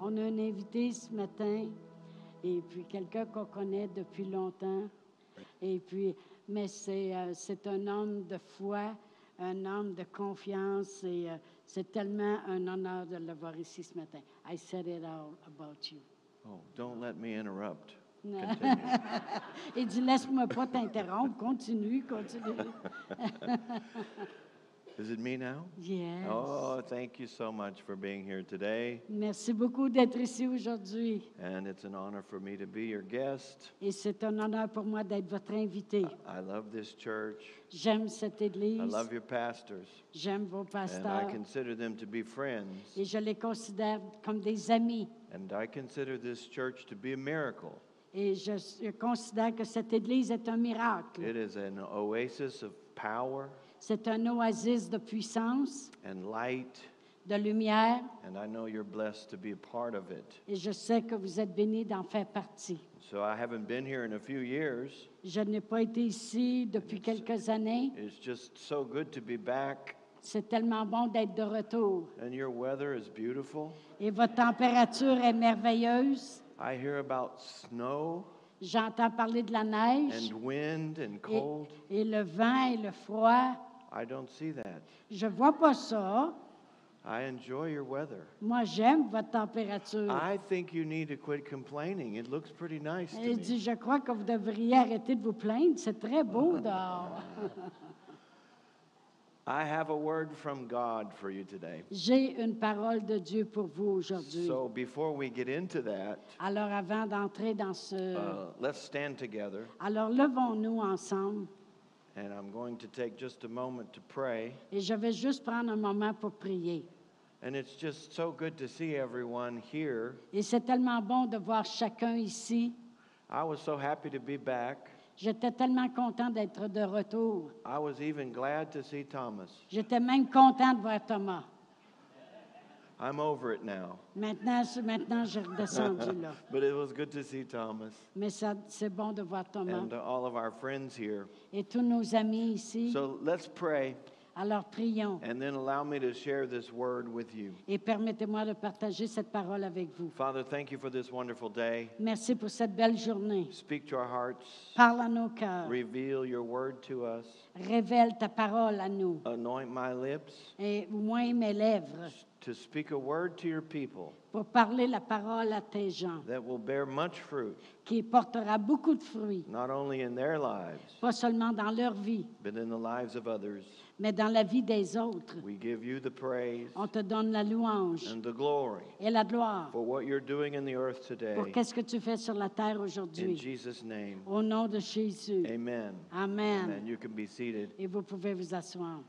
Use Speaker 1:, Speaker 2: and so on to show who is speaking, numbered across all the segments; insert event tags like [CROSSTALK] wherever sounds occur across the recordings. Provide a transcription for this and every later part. Speaker 1: On a un invité ce matin, et puis quelqu'un qu'on connaît depuis longtemps. Et puis, mais c'est, euh, c'est un homme de foi, un homme de confiance, et euh, c'est tellement un honneur de l'avoir ici ce matin. I said it all about you.
Speaker 2: Oh, don't let me interrupt.
Speaker 1: Non.
Speaker 2: Continue.
Speaker 1: Il dit, laisse-moi pas t'interrompre, continue, continue.
Speaker 2: Is it me now?
Speaker 1: Yes.
Speaker 2: Oh, thank you so much for being here today.
Speaker 1: Merci beaucoup d'être ici aujourd'hui.
Speaker 2: And it's an honor for me to be your guest.
Speaker 1: Et c'est un honneur pour moi d'être votre invité.
Speaker 2: I love this church.
Speaker 1: J'aime cette
Speaker 2: I
Speaker 1: Église,
Speaker 2: love your pastors.
Speaker 1: j'aime vos
Speaker 2: And I
Speaker 1: pasteurs,
Speaker 2: consider them to be friends.
Speaker 1: et je les considère comme des amis.
Speaker 2: And I consider this church to be a miracle.
Speaker 1: Et je, je considère que cette Église est un miracle.
Speaker 2: It is an oasis of power
Speaker 1: C'est un oasis de puissance,
Speaker 2: and light.
Speaker 1: de lumière,
Speaker 2: And I know you're blessed to be a part of it.
Speaker 1: et je sais que vous êtes bénis d'en faire partie.
Speaker 2: So I haven't been here in a few years.
Speaker 1: Je n'ai pas été ici depuis quelques années.
Speaker 2: It's just so good to be back.
Speaker 1: C'est tellement bon d'être de retour.
Speaker 2: And your weather is beautiful.
Speaker 1: Et votre température est merveilleuse.
Speaker 2: I hear about snow
Speaker 1: J'entends parler de la neige
Speaker 2: and wind and
Speaker 1: et,
Speaker 2: cold.
Speaker 1: et le vent et le froid.
Speaker 2: I don't see that.
Speaker 1: Je vois pas ça.
Speaker 2: I enjoy your weather.
Speaker 1: Moi, j'aime votre température.
Speaker 2: I think you need to quit complaining. It looks pretty nice to
Speaker 1: Elle
Speaker 2: me.
Speaker 1: dit, je crois que vous devriez arrêter de vous plaindre. C'est très
Speaker 2: [LAUGHS]
Speaker 1: beau dehors.
Speaker 2: I have a word from God for you today.
Speaker 1: J'ai une parole de Dieu pour vous aujourd'hui.
Speaker 2: So before we get into that,
Speaker 1: Alors, avant d'entrer dans ce...
Speaker 2: uh, let's stand together.
Speaker 1: Alors, levons-nous ensemble.
Speaker 2: And I'm going to take just a moment to pray.
Speaker 1: Et je vais juste prendre un moment pour prier.
Speaker 2: And it's just so good to see everyone here.
Speaker 1: Et c'est tellement bon de voir chacun ici.
Speaker 2: I was so happy to be back.
Speaker 1: J'étais tellement content d'être de retour.
Speaker 2: I was even glad to see Thomas.
Speaker 1: J'étais même content de voir Thomas.
Speaker 2: I'm over it now.
Speaker 1: Maintenant, c'est- maintenant j'ai redescendu
Speaker 2: [LAUGHS]
Speaker 1: là.
Speaker 2: But it was good to see Thomas
Speaker 1: Mais ça, c'est bon de voir Thomas.
Speaker 2: and uh, all of our friends here.
Speaker 1: Et tous nos amis ici.
Speaker 2: So let's pray
Speaker 1: Alors, prions.
Speaker 2: and then allow me to share this word with you.
Speaker 1: Et permettez-moi de partager cette parole avec vous.
Speaker 2: Father, thank you for this wonderful day.
Speaker 1: Merci pour cette belle journée.
Speaker 2: Speak to our hearts,
Speaker 1: Parle à nos cœurs.
Speaker 2: reveal your word to us,
Speaker 1: Révèle ta parole à nous.
Speaker 2: anoint my lips
Speaker 1: Et moins mes lèvres
Speaker 2: to speak a word to your people
Speaker 1: pour parler la parole à tes gens,
Speaker 2: that will bear much fruit,
Speaker 1: qui portera beaucoup de fruits,
Speaker 2: not only in their lives,
Speaker 1: pas seulement dans leur vie,
Speaker 2: but in the lives of others.
Speaker 1: mais dans la vie des autres.
Speaker 2: We give you the praise
Speaker 1: On te donne la louange
Speaker 2: and the glory
Speaker 1: et la gloire
Speaker 2: for what you're doing in the earth today.
Speaker 1: pour qu'est-ce que tu fais sur la terre
Speaker 2: In
Speaker 1: aujourd'hui.
Speaker 2: Jesus' name,
Speaker 1: Au nom de Jésus.
Speaker 2: amen.
Speaker 1: Amen.
Speaker 2: You can be seated.
Speaker 1: Et vous pouvez vous asseoir.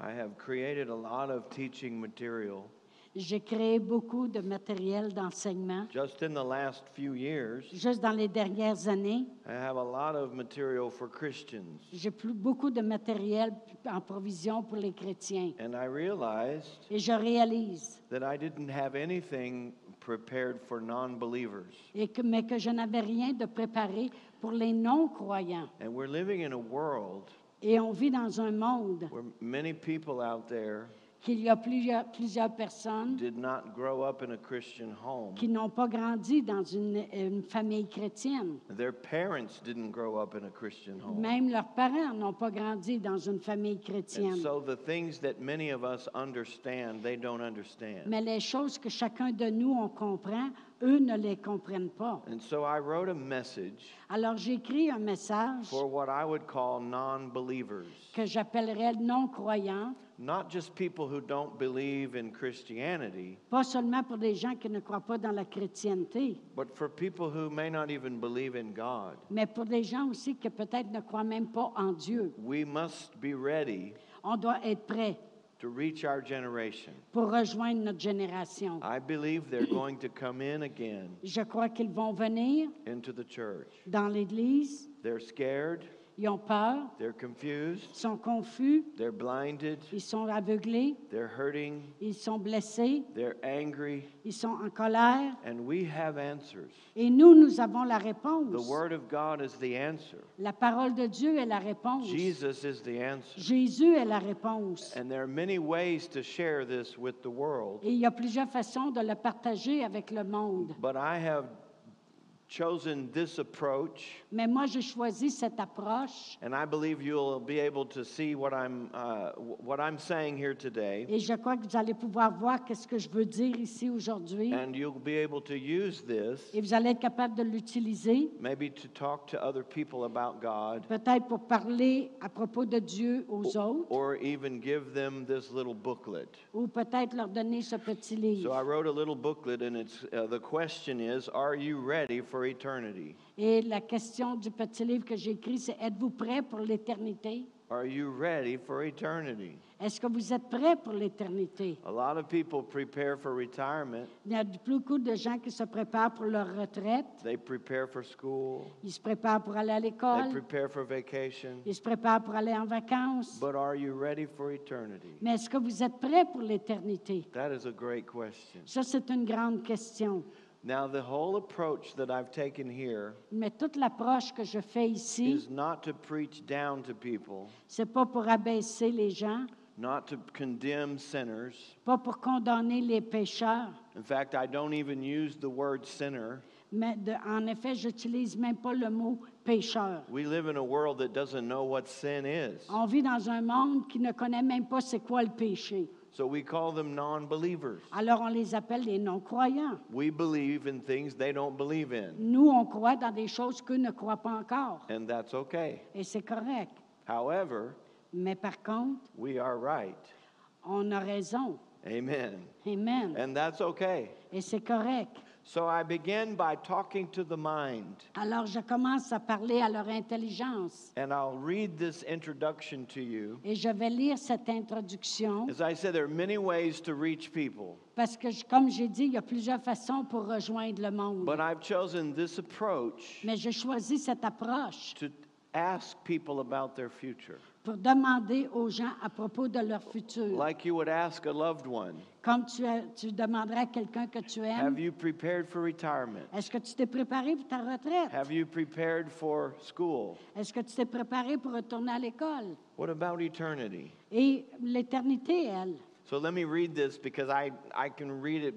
Speaker 2: I have created a lot of teaching material
Speaker 1: J'ai créé beaucoup de matériel d'enseignement.
Speaker 2: just in the last few years.
Speaker 1: Juste dans les dernières années,
Speaker 2: I have a lot of material for Christians.
Speaker 1: j'ai plus beaucoup de matériel en provision pour les chrétiens.
Speaker 2: And I realized
Speaker 1: Et je réalise,
Speaker 2: that I didn't have anything prepared for non believers.
Speaker 1: et que- mais que je n'avais rien de préparé pour les non-croyants.
Speaker 2: And we're living in a world
Speaker 1: Et on vit dans un monde
Speaker 2: where many people out there
Speaker 1: qu'il y a plusieurs, plusieurs personnes
Speaker 2: did not grow up in a Christian home.
Speaker 1: qui n'ont pas grandi dans une, une famille chrétienne.
Speaker 2: Their parents didn't grow up in a Christian home.
Speaker 1: Même leurs parents n'ont pas grandi dans une famille
Speaker 2: And
Speaker 1: chrétienne.
Speaker 2: so the things that many of us understand, they don't understand.
Speaker 1: Mais les choses que chacun de nous, on comprend, eux ne les comprennent pas.
Speaker 2: And so I wrote a message
Speaker 1: Alors j'écris un message
Speaker 2: for what I would call non believers.
Speaker 1: que j'appellerais non-croyants,
Speaker 2: Not just people who don't believe in Christianity,
Speaker 1: pas seulement pour des gens qui ne croient pas dans la chrétienté,
Speaker 2: but for people who may not even believe in God.
Speaker 1: mais pour des gens aussi qui peut-être ne croient même pas en Dieu.
Speaker 2: We must be ready
Speaker 1: On doit être prêt
Speaker 2: to reach our generation.
Speaker 1: pour rejoindre notre génération.
Speaker 2: I believe they're going to come in again
Speaker 1: Je crois qu'ils vont venir
Speaker 2: into the church.
Speaker 1: dans l'Église.
Speaker 2: They're scared,
Speaker 1: Ils ont peur,
Speaker 2: They're confused.
Speaker 1: ils sont confus,
Speaker 2: They're blinded.
Speaker 1: ils sont aveuglés,
Speaker 2: They're hurting.
Speaker 1: ils sont blessés,
Speaker 2: They're angry.
Speaker 1: ils sont en colère.
Speaker 2: And we have answers.
Speaker 1: Et nous, nous avons la
Speaker 2: The
Speaker 1: réponse.
Speaker 2: Word of God is the answer.
Speaker 1: La parole de Dieu est la réponse.
Speaker 2: Jesus is the answer.
Speaker 1: Jésus est la réponse.
Speaker 2: And there are many ways to share this with the world,
Speaker 1: Et il y a plusieurs façons de le partager avec le monde.
Speaker 2: but I have chosen this approach,
Speaker 1: Mais moi, j'ai choisi cette approche
Speaker 2: and I believe you'll be able to see what I'm, uh, what I'm saying here today,
Speaker 1: et je crois que vous allez pouvoir voir qu'est-ce que je veux dire ici aujourd'hui
Speaker 2: and you'll be able to use this
Speaker 1: et vous allez être capable de l'utiliser
Speaker 2: maybe to talk to other people about God,
Speaker 1: peut-être pour parler à propos de Dieu aux autres
Speaker 2: or even give them this little booklet.
Speaker 1: ou peut-être leur donner ce petit
Speaker 2: So I
Speaker 1: livre.
Speaker 2: wrote a little booklet, and it's uh, the question is, are you ready for eternity?
Speaker 1: Et la question du petit livre que j'ai écrit, c'est êtes-vous prêt pour l'éternité?
Speaker 2: Are you ready for eternity?
Speaker 1: Est-ce que vous êtes prêt pour l'éternité?
Speaker 2: A lot of people prepare for retirement.
Speaker 1: Il y a beaucoup de gens qui se préparent pour leur retraite.
Speaker 2: They prepare for school.
Speaker 1: Ils se préparent pour aller à
Speaker 2: They
Speaker 1: l'école.
Speaker 2: prepare for vacation.
Speaker 1: Ils se préparent pour aller en vacances.
Speaker 2: But are you ready for eternity?
Speaker 1: Mais est-ce que vous êtes prêt pour l'éternité?
Speaker 2: That is a great question.
Speaker 1: Ça, c'est une grande question.
Speaker 2: Now, the whole approach that I've taken here
Speaker 1: Mais toute l'approche que je fais ici,
Speaker 2: is not to preach down to people,
Speaker 1: c'est pas pour abaisser les gens,
Speaker 2: not to condemn sinners.
Speaker 1: pas pour condamner les pécheurs.
Speaker 2: In fact, I don't even use the word sinner.
Speaker 1: Mais de- en effet, j'utilise même pas le mot pécheur.
Speaker 2: We live in a world that doesn't know what sin is.
Speaker 1: On vit dans un monde qui ne connaît même pas c'est quoi le péché.
Speaker 2: So we call them non believers.
Speaker 1: Alors on les appelle les non-croyants.
Speaker 2: We believe in things they don't believe in,
Speaker 1: Nous, on croit dans des choses qu'eux ne croient pas encore.
Speaker 2: and that's okay.
Speaker 1: Et c'est correct.
Speaker 2: However,
Speaker 1: Mais par contre,
Speaker 2: we are right.
Speaker 1: on a raison.
Speaker 2: Amen.
Speaker 1: Amen.
Speaker 2: And that's okay.
Speaker 1: Et c'est correct.
Speaker 2: So I begin by talking to the mind,
Speaker 1: Alors je commence à parler à leur intelligence.
Speaker 2: and I'll read this introduction to you.
Speaker 1: Et je vais lire cette introduction
Speaker 2: As I said, there are many ways to reach people,
Speaker 1: parce que, je- comme j'ai dit, il y a plusieurs façons pour rejoindre le monde.
Speaker 2: but I've chosen this approach
Speaker 1: Mais j'ai choisi cette approche
Speaker 2: to ask people about their future,
Speaker 1: pour demander aux gens à propos de leur futur.
Speaker 2: like you would ask a loved one
Speaker 1: Comme tu, as- tu demanderais à quelqu'un que tu
Speaker 2: Have
Speaker 1: aimes,
Speaker 2: you prepared for retirement?
Speaker 1: est-ce que tu t'es préparé pour ta retraite?
Speaker 2: Have you prepared for school?
Speaker 1: Est-ce que tu t'es préparé pour retourner à l'école?
Speaker 2: What about eternity?
Speaker 1: Et l'éternité, elle.
Speaker 2: So let me read this because I, I can read it,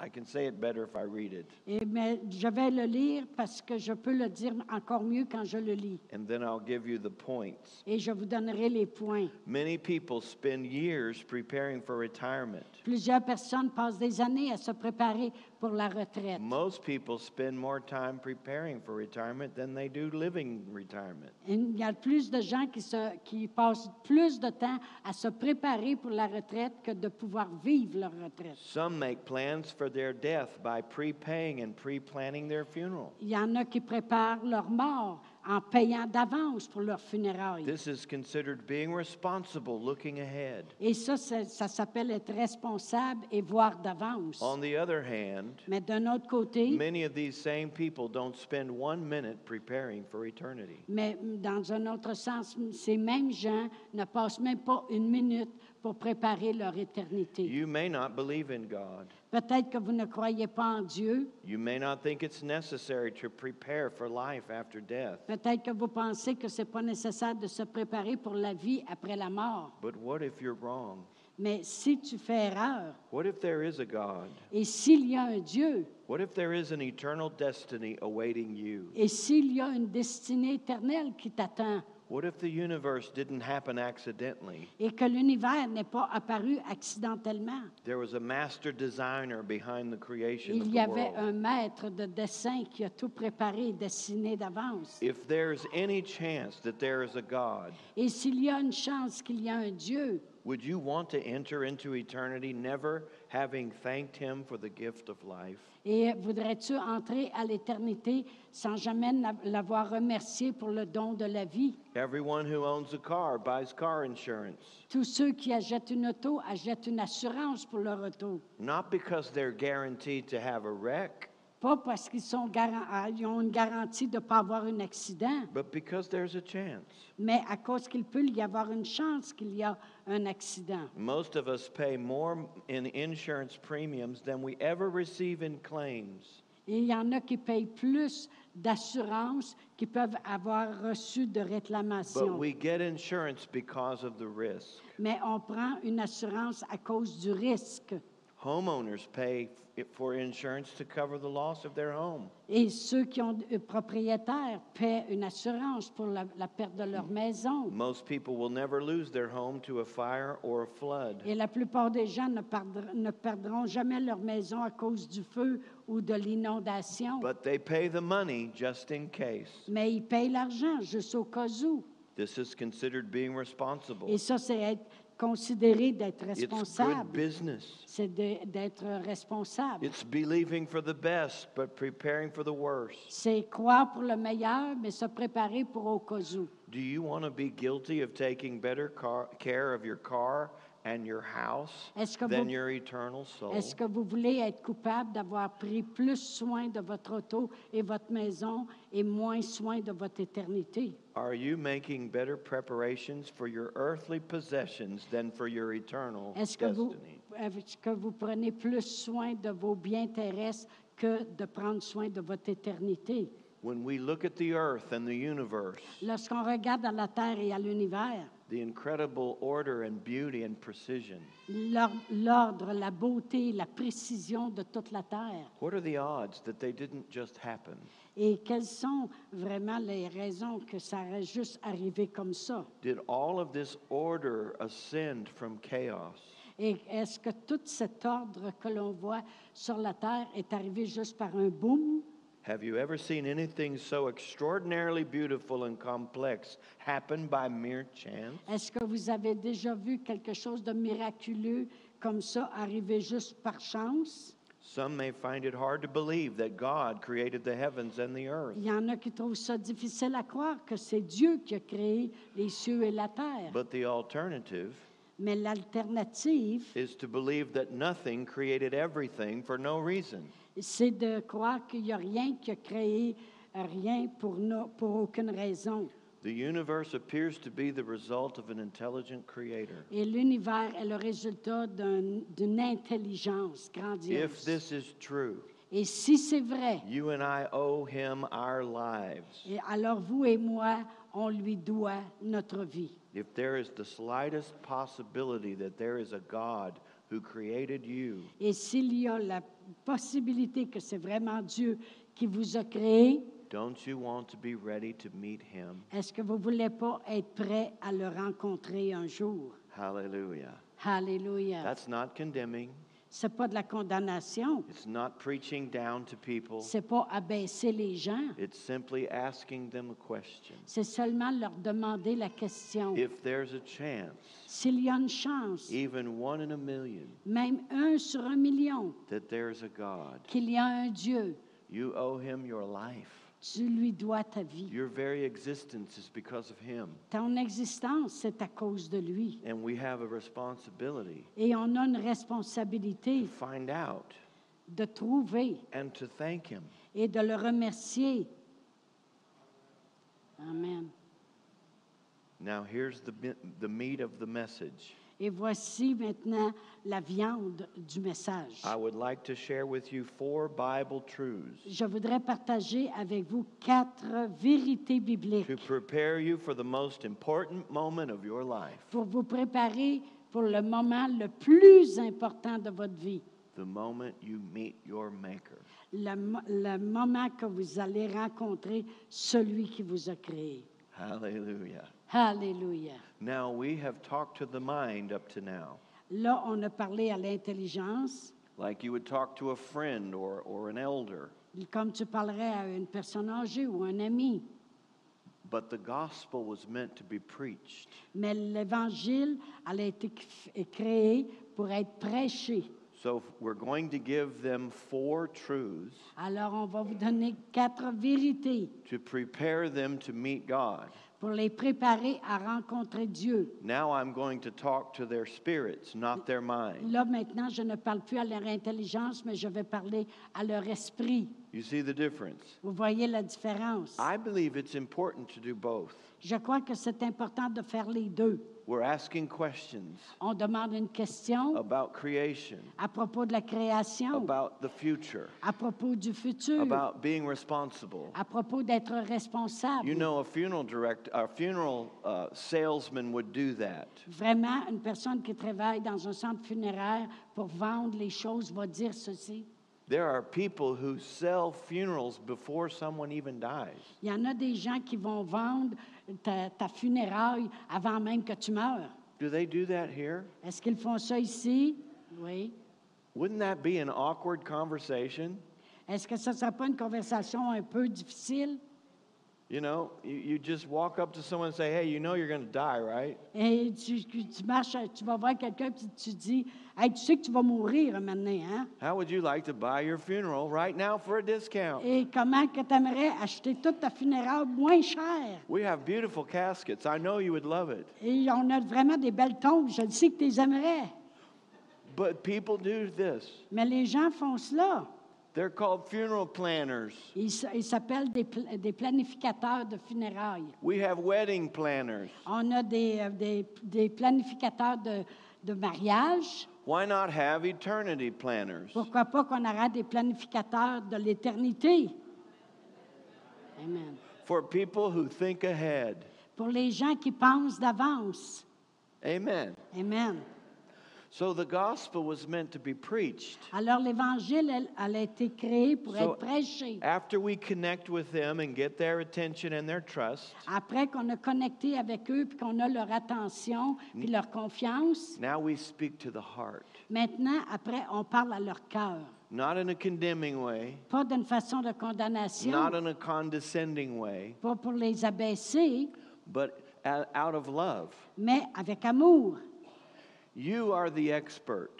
Speaker 2: I can say it better if I read it,
Speaker 1: Et, mais je vais le lire parce que je peux le dire encore mieux quand je le lis.
Speaker 2: and then I'll give you the points.
Speaker 1: Et je vous donnerai les points.
Speaker 2: Many people spend years preparing for retirement.
Speaker 1: Plusieurs personnes passent des années à se préparer pour la retraite.
Speaker 2: Most people spend more time preparing for retirement than they do living retirement.
Speaker 1: Il y a plus de gens qui, se- qui passent plus de temps à se préparer pour la retraite que de pouvoir vivre leur retraite.
Speaker 2: Some make plans for their death by prepaying and pre planning their funeral.
Speaker 1: Il y en a qui préparent leur mort en payant d'avance pour leur funérailles.
Speaker 2: This is considered being responsible, looking ahead.
Speaker 1: Et ça, ça, ça s'appelle être responsable et voir d'avance.
Speaker 2: On the other hand,
Speaker 1: Mais d'un autre côté,
Speaker 2: Many of these same people don't spend one minute preparing for eternity.
Speaker 1: Mais dans un autre sens, ces mêmes gens ne passent même pas une minute pour préparer leur éternité.
Speaker 2: You may not believe in God.
Speaker 1: Peut-être que vous ne croyez pas en Dieu.
Speaker 2: You may not think it's necessary to prepare for life after death.
Speaker 1: Peut-être que vous pensez que ce n'est pas nécessaire de se préparer pour la vie après la mort.
Speaker 2: But what if you're wrong?
Speaker 1: Mais si tu fais erreur,
Speaker 2: What if there is a God?
Speaker 1: et s'il y a un Dieu,
Speaker 2: What if there is an eternal destiny awaiting you?
Speaker 1: et s'il y a une destinée éternelle qui t'attend,
Speaker 2: What if the universe didn't happen accidentally?
Speaker 1: et que l'univers n'est pas apparu accidentellement,
Speaker 2: There was a master designer behind the creation
Speaker 1: il
Speaker 2: of
Speaker 1: y
Speaker 2: the
Speaker 1: avait un
Speaker 2: world.
Speaker 1: maître de dessin qui a tout préparé et dessiné d'avance.
Speaker 2: If there's any chance that there is a God,
Speaker 1: Et s'il y a une chance qu'il y a un Dieu,
Speaker 2: Would you want to enter into eternity never having thanked Him for the gift of life?
Speaker 1: et voudrais-tu entrer à l'éternité sans jamais n'a- l'avoir remercié pour le don de la vie?
Speaker 2: Everyone who owns a car buys car insurance,
Speaker 1: Tous ceux qui achètent une auto achètent une assurance pour leur auto.
Speaker 2: not because they're guaranteed to have a wreck,
Speaker 1: Pas parce qu'ils sont garan- ah, ils ont une garantie de ne pas avoir un accident,
Speaker 2: but because there's a chance.
Speaker 1: mais à cause qu'il peut y avoir une chance qu'il y a un accident.
Speaker 2: Most of us pay more in insurance premiums than we ever receive in claims.
Speaker 1: Et il y en a qui payent plus d'assurance qui peuvent avoir reçu de
Speaker 2: But
Speaker 1: réclamations.
Speaker 2: we get insurance because of the risk.
Speaker 1: Mais on prend une assurance à cause du risque.
Speaker 2: Homeowners pay f- for insurance to cover the loss of their home.
Speaker 1: Et ceux qui ont euh, propriétaires paient une assurance pour la, la perte de leur maison.
Speaker 2: Most people will never lose their home to a fire or a flood.
Speaker 1: Et la plupart des gens ne, perdr- ne perdront jamais leur maison à cause du feu ou de l'inondation.
Speaker 2: But they pay the money just in case.
Speaker 1: Mais ils payent l'argent juste au cas où.
Speaker 2: This is considered being
Speaker 1: Et
Speaker 2: responsible.
Speaker 1: ça, c'est être considéré d'être
Speaker 2: It's good
Speaker 1: responsable.
Speaker 2: business.
Speaker 1: C'est de- d'être responsable.
Speaker 2: It's believing for the best, but preparing for the worst.
Speaker 1: C'est croire pour le meilleur, mais se préparer pour au cas où.
Speaker 2: Do you want to be guilty of taking better car, care of your car and your house
Speaker 1: Est-ce que
Speaker 2: than
Speaker 1: vous-
Speaker 2: your eternal soul?
Speaker 1: Est-ce que vous voulez être coupable d'avoir pris plus soin de votre auto et votre maison et moins soin de votre éternité?
Speaker 2: Are you making better preparations for your earthly possessions than for your eternal
Speaker 1: Est-ce que, vous,
Speaker 2: destiny?
Speaker 1: est-ce que vous prenez plus soin de vos biens terrestres que de prendre soin de votre éternité?
Speaker 2: When we look at the earth and the universe,
Speaker 1: Lorsqu'on regarde à la terre et à l'univers,
Speaker 2: the incredible order and beauty and precision,
Speaker 1: l'or- l'ordre, la beauté, la précision de toute la terre,
Speaker 2: what are the odds that they didn't just happen?
Speaker 1: et quelles sont vraiment les raisons que ça aurait juste arrivé comme ça?
Speaker 2: Did all of this order ascend from chaos?
Speaker 1: Et est-ce que tout cet ordre que l'on voit sur la terre est arrivé juste par un boom?
Speaker 2: Have you ever seen anything so extraordinarily beautiful and complex happen by mere chance?
Speaker 1: Est-ce que vous avez déjà vu quelque chose de miraculeux comme ça arriver juste par chance?
Speaker 2: Some may find it hard to believe that God created the heavens and the earth.
Speaker 1: Il y en a qui trouvent ça difficile à croire que c'est Dieu qui a créé les cieux et la terre.
Speaker 2: But the alternative
Speaker 1: Mais l'alternative,
Speaker 2: is to believe that nothing created everything for no reason.
Speaker 1: c'est de croire qu'il n'y a rien qui a créé euh, rien pour, no- pour aucune raison.
Speaker 2: The universe appears to be the result of an intelligent creator.
Speaker 1: Et l'univers est le résultat d'un- d'une intelligence
Speaker 2: If
Speaker 1: grandiose.
Speaker 2: this is true,
Speaker 1: Et si c'est vrai,
Speaker 2: you and I owe him our lives.
Speaker 1: et alors vous et moi, on lui doit notre vie.
Speaker 2: If there is the slightest possibility that there is a God who created you,
Speaker 1: Et s'il y a la possibilité que c'est vraiment Dieu qui vous a créé,
Speaker 2: don't you want to be ready to meet him?
Speaker 1: est-ce que vous ne voulez pas être prêt à le rencontrer un jour?
Speaker 2: Hallelujah.
Speaker 1: Alléluia.
Speaker 2: That's not condemning.
Speaker 1: Ce n'est pas de la condamnation.
Speaker 2: It's not preaching down to people.
Speaker 1: Ce n'est pas abaisser les gens.
Speaker 2: It's simply asking them a question.
Speaker 1: C'est seulement leur demander la question.
Speaker 2: If there's a chance,
Speaker 1: S'il y a une chance,
Speaker 2: even one in a million,
Speaker 1: même un sur un million,
Speaker 2: that there's a God,
Speaker 1: qu'il y a un Dieu,
Speaker 2: you owe him your life.
Speaker 1: tu lui dois ta vie.
Speaker 2: Your very existence is because of him.
Speaker 1: Ton existence, c'est à cause de lui.
Speaker 2: And we have a responsibility
Speaker 1: Et on a une
Speaker 2: to
Speaker 1: responsabilité
Speaker 2: find out
Speaker 1: de trouver
Speaker 2: and to thank him.
Speaker 1: et de le remercier. Amen.
Speaker 2: Now, here's the, me- the meat of the message.
Speaker 1: Et voici maintenant la viande du message.
Speaker 2: I would like to share with you four Bible truths
Speaker 1: Je voudrais partager avec vous quatre vérités bibliques
Speaker 2: to prepare you for the most important moment of your life
Speaker 1: pour vous préparer pour le moment le plus important de votre vie,
Speaker 2: the moment you meet your Maker.
Speaker 1: le, mo- le moment que vous allez rencontrer celui qui vous a créé.
Speaker 2: Hallelujah.
Speaker 1: Alléluia.
Speaker 2: Now, we have talked to the mind up to now,
Speaker 1: Là, on a parlé à l'intelligence,
Speaker 2: like you would talk to a friend or, or an elder.
Speaker 1: comme tu parlerais à une personne âgée ou un ami.
Speaker 2: But the gospel was meant to be preached.
Speaker 1: Mais l'Évangile elle a été cr- créé pour être prêché.
Speaker 2: So we're going to give them four truths
Speaker 1: Alors, on va vous donner quatre vérités
Speaker 2: to prepare them to meet God.
Speaker 1: pour les préparer à rencontrer Dieu.
Speaker 2: Now I'm going to talk to their spirits, not their mind.
Speaker 1: Là, maintenant, je ne parle plus à leur intelligence, mais je vais parler à leur esprit.
Speaker 2: You see the difference?
Speaker 1: Vous voyez la différence?
Speaker 2: I believe it's important to do both.
Speaker 1: Je crois que c'est important de faire les deux.
Speaker 2: We're asking questions
Speaker 1: On demande une question
Speaker 2: about creation,
Speaker 1: à propos de la création,
Speaker 2: about the future,
Speaker 1: à propos du futur,
Speaker 2: about being responsible.
Speaker 1: à propos d'être
Speaker 2: You
Speaker 1: responsable.
Speaker 2: know, a funeral direct, a funeral uh, salesman would do that.
Speaker 1: Vraiment, une personne qui travaille dans un centre funéraire pour vendre les choses va dire ceci.
Speaker 2: There are people who sell funerals before someone even dies.
Speaker 1: Il y en a des gens qui vont vendre ta, ta funéraille avant même que tu meurs.
Speaker 2: Do they do that here?
Speaker 1: Est-ce qu'ils font ça ici? Oui.
Speaker 2: Wouldn't that be an awkward conversation?
Speaker 1: Est-ce que ça ne sera pas une conversation un peu difficile?
Speaker 2: You know, you, you just walk up to someone and say, hey, you know you're going to die, right?
Speaker 1: Et tu, tu marches, tu vas voir quelqu'un puis tu dis Hey, tu sais que tu vas mourir un moment donné, hein?
Speaker 2: How would you like to buy your funeral right now for a discount?
Speaker 1: Et comment que tu aimerais acheter toute ta funéraire moins chère?
Speaker 2: We have beautiful caskets. I know you would love it.
Speaker 1: Et on a vraiment des belles tombes, je le sais que tu les aimerais.
Speaker 2: But people do this.
Speaker 1: Mais les gens font cela.
Speaker 2: They're called funeral planners.
Speaker 1: Ils s- ils s'appellent des, pl- des planificateurs de funérailles.
Speaker 2: We have wedding planners.
Speaker 1: On a des, euh, des- des planificateurs de, de mariage.
Speaker 2: Why not have eternity planners?
Speaker 1: Pourquoi pas qu'on aura des planificateurs de l'éternité? Amen.
Speaker 2: For people who think ahead.
Speaker 1: Pour les gens qui pensent d'avance.
Speaker 2: Amen.
Speaker 1: Amen.
Speaker 2: So the gospel was meant to be preached.
Speaker 1: Alors l'Évangile, elle, elle a été créée pour
Speaker 2: So-
Speaker 1: être prêchée.
Speaker 2: After we connect with them and get their attention and their trust,
Speaker 1: Après qu'on a connecté avec eux, puis qu'on a leur attention, puis leur confiance,
Speaker 2: now we speak to the heart.
Speaker 1: maintenant, après, on parle à leur cœur.
Speaker 2: Not in a condemning way,
Speaker 1: Pas d'une façon de condamnation,
Speaker 2: not in a condescending way,
Speaker 1: pas pour les abaisser,
Speaker 2: but o- out of love.
Speaker 1: mais avec amour.
Speaker 2: You are the expert.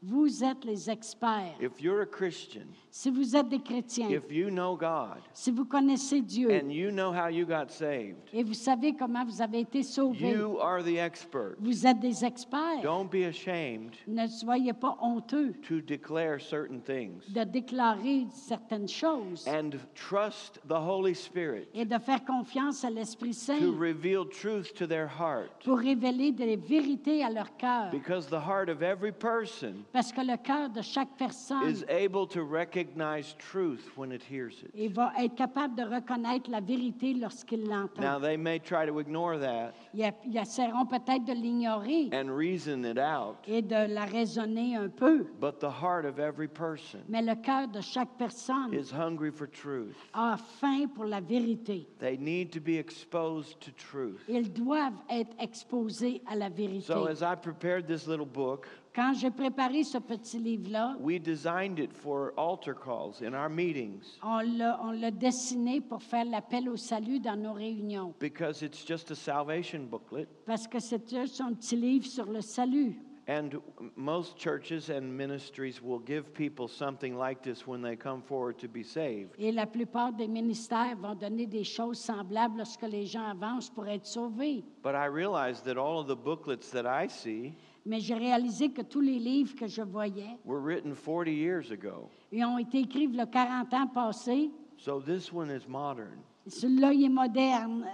Speaker 1: Vous êtes les experts.
Speaker 2: If you're a Christian,
Speaker 1: Si vous êtes des chrétiens,
Speaker 2: if you know God
Speaker 1: si vous connaissez Dieu
Speaker 2: and you know how you got saved,
Speaker 1: et vous savez comment vous avez été sauvés,
Speaker 2: you are the expert.
Speaker 1: vous êtes des experts.
Speaker 2: Don't be ashamed
Speaker 1: ne soyez pas honteux
Speaker 2: to declare certain things
Speaker 1: de déclarer certaines choses
Speaker 2: and trust the Holy Spirit
Speaker 1: et de faire confiance à l'Esprit
Speaker 2: to
Speaker 1: Saint
Speaker 2: reveal truth to their heart
Speaker 1: pour révéler des vérités à leur cœur.
Speaker 2: because the heart of every person
Speaker 1: Parce que le cœur de chaque personne
Speaker 2: is able to recognize truth when it hears it.
Speaker 1: il va être capable de reconnaître la vérité lorsqu'il
Speaker 2: Now,
Speaker 1: l'entend.
Speaker 2: they may try to ignore that
Speaker 1: Ils, ils essaieront peut-être de l'ignorer
Speaker 2: and reason it out,
Speaker 1: et de la raisonner un peu.
Speaker 2: but the heart of every person
Speaker 1: Mais le cœur de chaque personne
Speaker 2: is hungry for truth.
Speaker 1: a faim pour la vérité.
Speaker 2: They need to be exposed to truth.
Speaker 1: Ils doivent être exposés à la vérité.
Speaker 2: So, as I prepared this little book,
Speaker 1: Quand j'ai préparé ce petit livre-là,
Speaker 2: we designed it for altar calls in our meetings
Speaker 1: on l'a on l'a dessiné pour faire l'appel au salut dans nos réunions,
Speaker 2: because it's just a salvation booklet.
Speaker 1: parce que c'est juste un petit livre sur le salut.
Speaker 2: And most churches and ministries will give people something like this when they come forward to be saved.
Speaker 1: Et la plupart des ministères vont donner des choses semblables lorsque les gens avancent pour être sauvés.
Speaker 2: But I realized that all of the booklets that I see
Speaker 1: Mais j'ai réalisé que tous les livres que je voyais,
Speaker 2: were written 40 years ago.
Speaker 1: ils ont été écrits le 40 ans passés.
Speaker 2: So this one is modern.
Speaker 1: Celui-là, il est moderne.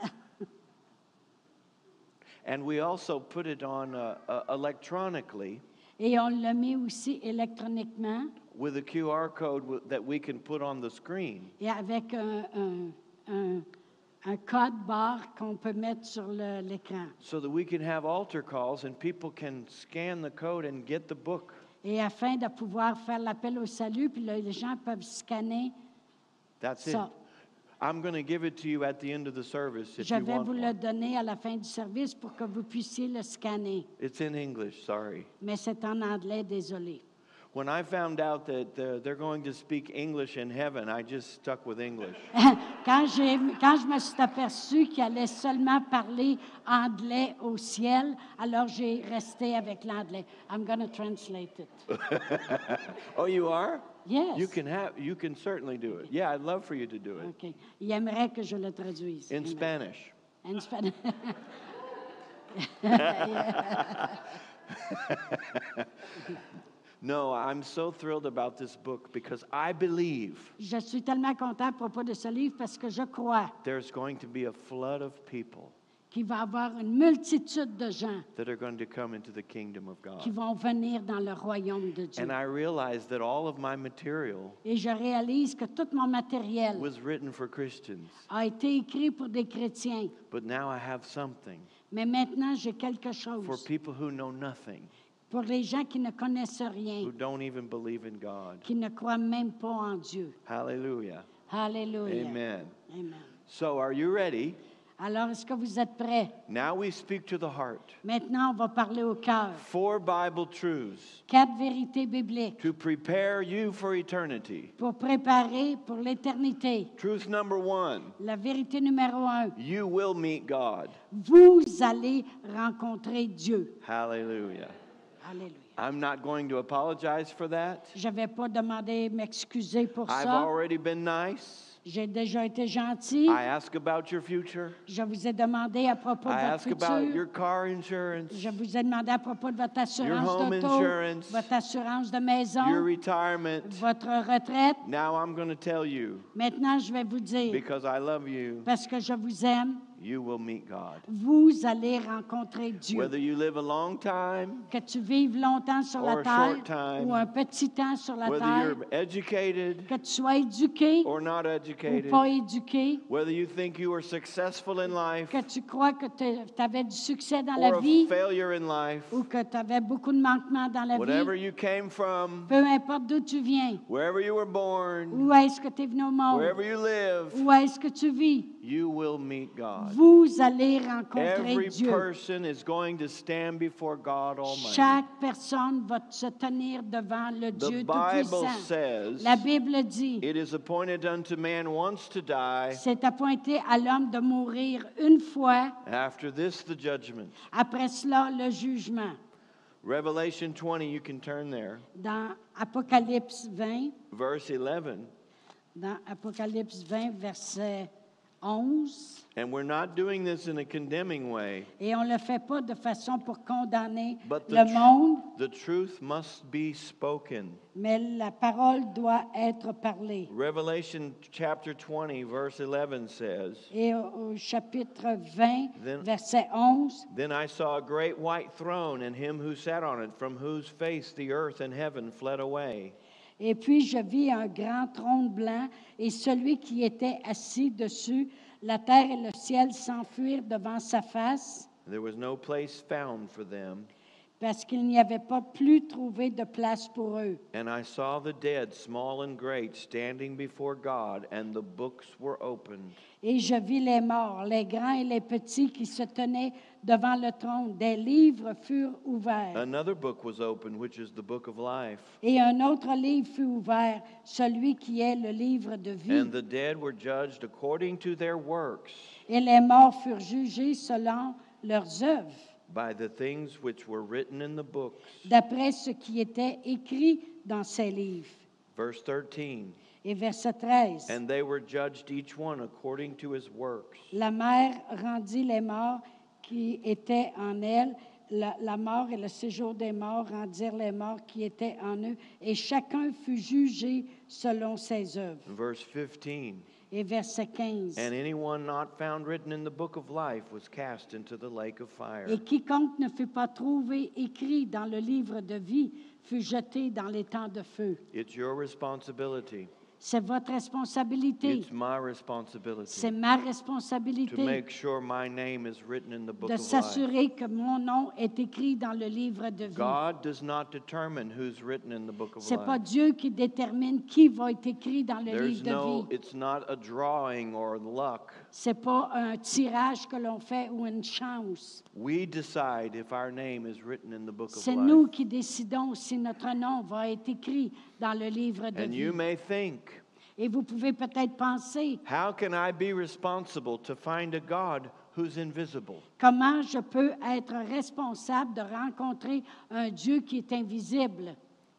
Speaker 2: And we also put it on uh, uh, electronically
Speaker 1: Et on le met aussi électroniquement
Speaker 2: with a QR code w- that we can put on the screen.
Speaker 1: et avec un, un- un- un code barre qu'on peut mettre sur le- l'écran.
Speaker 2: so that we can have altar calls and people can scan the code and get the book.
Speaker 1: Et afin de pouvoir faire l'appel au salut, puis là, les gens peuvent scanner.
Speaker 2: That's
Speaker 1: So-
Speaker 2: it. I'm going to give it to you at the end of the service if
Speaker 1: Je
Speaker 2: you
Speaker 1: vais
Speaker 2: want
Speaker 1: vous le
Speaker 2: one.
Speaker 1: donner à la fin du service pour que vous puissiez le scanner.
Speaker 2: It's in English, sorry.
Speaker 1: Mais c'est en anglais, désolé.
Speaker 2: When I found out that uh, they're going to speak English in heaven, I just stuck with English.
Speaker 1: [LAUGHS] quand, j'ai- quand je me suis aperçue qu'il allait seulement parler anglais au ciel, alors j'ai resté avec l'anglais. I'm going to translate it.
Speaker 2: oh, you are?
Speaker 1: Yes.
Speaker 2: [LAUGHS] You can have you can certainly do it. Yeah, I'd love for you to do it
Speaker 1: OK. Il aimerait que je le traduise.
Speaker 2: in
Speaker 1: Amen.
Speaker 2: Spanish.
Speaker 1: And Spanish.
Speaker 2: No, I'm so thrilled about this book because I believe
Speaker 1: [LAUGHS] Je suis tellement content à propos de ce livre parce que je crois
Speaker 2: there's going to be a flood of people
Speaker 1: qu'il va y avoir une multitude de gens
Speaker 2: that are going to come into the kingdom of
Speaker 1: qui
Speaker 2: God.
Speaker 1: vont venir dans le royaume de Dieu.
Speaker 2: And I realized that all of my material
Speaker 1: Et je réalise que tout mon matériel
Speaker 2: was written for Christians,
Speaker 1: a été écrit pour des chrétiens,
Speaker 2: but now I have something
Speaker 1: mais maintenant j'ai quelque
Speaker 2: for
Speaker 1: chose
Speaker 2: people who know nothing,
Speaker 1: pour les gens qui ne connaissent rien,
Speaker 2: who don't even believe in God.
Speaker 1: qui ne croient même pas en Dieu.
Speaker 2: Hallelujah.
Speaker 1: Alléluia.
Speaker 2: Amen.
Speaker 1: Amen.
Speaker 2: So, are you ready?
Speaker 1: Alors, est-ce que vous êtes prêts?
Speaker 2: Now we speak to the heart.
Speaker 1: Maintenant, on va parler au cœur.
Speaker 2: Four Bible truths
Speaker 1: Quatre vérités bibliques
Speaker 2: to prepare you for eternity.
Speaker 1: pour préparer pour l'éternité.
Speaker 2: Truth number one
Speaker 1: La vérité numéro un,
Speaker 2: you will meet God.
Speaker 1: vous allez rencontrer Dieu.
Speaker 2: Hallelujah.
Speaker 1: Alléluia.
Speaker 2: I'm not going to apologize for that.
Speaker 1: Je ne vais pas demander m'excuser pour
Speaker 2: I've
Speaker 1: ça.
Speaker 2: already been nice.
Speaker 1: J'ai déjà été gentil.
Speaker 2: I ask about your future.
Speaker 1: Je vous ai demandé à propos
Speaker 2: I
Speaker 1: de votre
Speaker 2: ask about
Speaker 1: futur.
Speaker 2: your car insurance,
Speaker 1: Je vous ai demandé à propos de votre assurance
Speaker 2: home
Speaker 1: d'auto,
Speaker 2: insurance.
Speaker 1: votre assurance de
Speaker 2: your
Speaker 1: maison,
Speaker 2: retirement.
Speaker 1: votre retraite.
Speaker 2: Now I'm going to tell you
Speaker 1: Maintenant, je vais vous dire,
Speaker 2: because I love you,
Speaker 1: parce que je vous aime,
Speaker 2: you will meet God.
Speaker 1: vous allez rencontrer Dieu.
Speaker 2: Whether you live a long time,
Speaker 1: Que tu vives longtemps sur
Speaker 2: Or
Speaker 1: la
Speaker 2: a
Speaker 1: terre
Speaker 2: short time.
Speaker 1: ou un petit temps sur la
Speaker 2: whether
Speaker 1: terre,
Speaker 2: you're educated
Speaker 1: que tu sois éduqué
Speaker 2: or not
Speaker 1: ou
Speaker 2: educated,
Speaker 1: pas éduqué,
Speaker 2: whether you think you are successful in life
Speaker 1: que tu crois que tu avais du succès dans
Speaker 2: or
Speaker 1: la
Speaker 2: a
Speaker 1: vie
Speaker 2: failure in life,
Speaker 1: ou que tu avais beaucoup de manquements dans la
Speaker 2: whatever
Speaker 1: vie,
Speaker 2: you came from,
Speaker 1: peu importe d'où tu viens,
Speaker 2: wherever you were born,
Speaker 1: où est-ce que tu es venu au monde,
Speaker 2: wherever you live,
Speaker 1: où est-ce que tu vis,
Speaker 2: you will meet God.
Speaker 1: vous allez rencontrer
Speaker 2: Every
Speaker 1: Dieu.
Speaker 2: person is going to stand before Oh God Almighty.
Speaker 1: Chaque personne va se tenir devant le
Speaker 2: The
Speaker 1: Dieu
Speaker 2: Bible
Speaker 1: Tout-Puissant.
Speaker 2: says,
Speaker 1: La Bible dit,
Speaker 2: It is appointed unto man once to die,
Speaker 1: c'est appointé à l'homme de mourir une fois,
Speaker 2: after this the judgment.
Speaker 1: après cela le jugement.
Speaker 2: Revelation 20, you can turn there,
Speaker 1: Dans Apocalypse 20,
Speaker 2: verse 11.
Speaker 1: dans Apocalypse 20, verset 11,
Speaker 2: And we're not doing this in a condemning way,
Speaker 1: et on ne le fait pas de façon pour condamner
Speaker 2: but the,
Speaker 1: le
Speaker 2: tr-
Speaker 1: monde,
Speaker 2: the truth must be spoken.
Speaker 1: mais la parole doit être parlée.
Speaker 2: Revelation chapter 20, verse 11 says,
Speaker 1: Et au, au chapitre 20,
Speaker 2: Then-
Speaker 1: verset 11,
Speaker 2: Then I saw a great white throne and him who sat on it, from whose face the earth and heaven fled away.
Speaker 1: Et puis je vis un grand trône blanc, et celui qui était assis dessus, la terre et le ciel s'enfuirent devant sa face,
Speaker 2: There was no place found for them.
Speaker 1: parce qu'il n'y avait pas plus trouvé de place pour eux.
Speaker 2: And I saw the dead, small and great, standing before God, and the books were opened.
Speaker 1: Et je vis les morts, les grands et les petits qui se tenaient devant le trône. Des livres furent ouverts.
Speaker 2: Another book was opened, which is the book of life.
Speaker 1: Et un autre livre fut ouvert, celui qui est le livre de vie.
Speaker 2: And the dead were judged according to their works
Speaker 1: Et les morts furent jugés selon leurs œuvres,
Speaker 2: by the things which were written in the books.
Speaker 1: d'après ce qui était écrit dans ces livres.
Speaker 2: Verse 13.
Speaker 1: Et verset 13.
Speaker 2: And they were judged each one according to his works.
Speaker 1: la mère rendit les morts qui étaient en elle. La, la mort et le séjour des morts rendirent les morts qui étaient en eux. Et chacun fut jugé selon ses œuvres.
Speaker 2: Verse 15.
Speaker 1: Et verset 15.
Speaker 2: And anyone not found written in the book of life was cast into the lake of fire.
Speaker 1: Et quiconque ne fut pas trouvé écrit dans le livre de vie fut jeté dans les temps de feu.
Speaker 2: It's your responsibility.
Speaker 1: C'est votre responsabilité.
Speaker 2: It's my responsibility.
Speaker 1: C'est ma
Speaker 2: to
Speaker 1: responsabilité
Speaker 2: make sure my name is written in the book
Speaker 1: de
Speaker 2: of life.
Speaker 1: s'assurer que mon nom est écrit dans le livre de vie.
Speaker 2: God does not determine who's written in the book of
Speaker 1: C'est pas
Speaker 2: life.
Speaker 1: Dieu qui détermine qui va être écrit dans le
Speaker 2: euh, There's
Speaker 1: livre
Speaker 2: no,
Speaker 1: de vie.
Speaker 2: it's not a drawing or luck.
Speaker 1: C'est pas un tirage que l'on fait ou une chance.
Speaker 2: We decide if our name is written in the book of
Speaker 1: C'est
Speaker 2: life.
Speaker 1: nous qui décidons si notre nom va être écrit dans le livre de
Speaker 2: And you
Speaker 1: vie.
Speaker 2: may think,
Speaker 1: Et vous pouvez peut-être penser,
Speaker 2: how can I be responsible to find a God who's invisible?
Speaker 1: comment je peux être responsable de rencontrer un Dieu qui est invisible?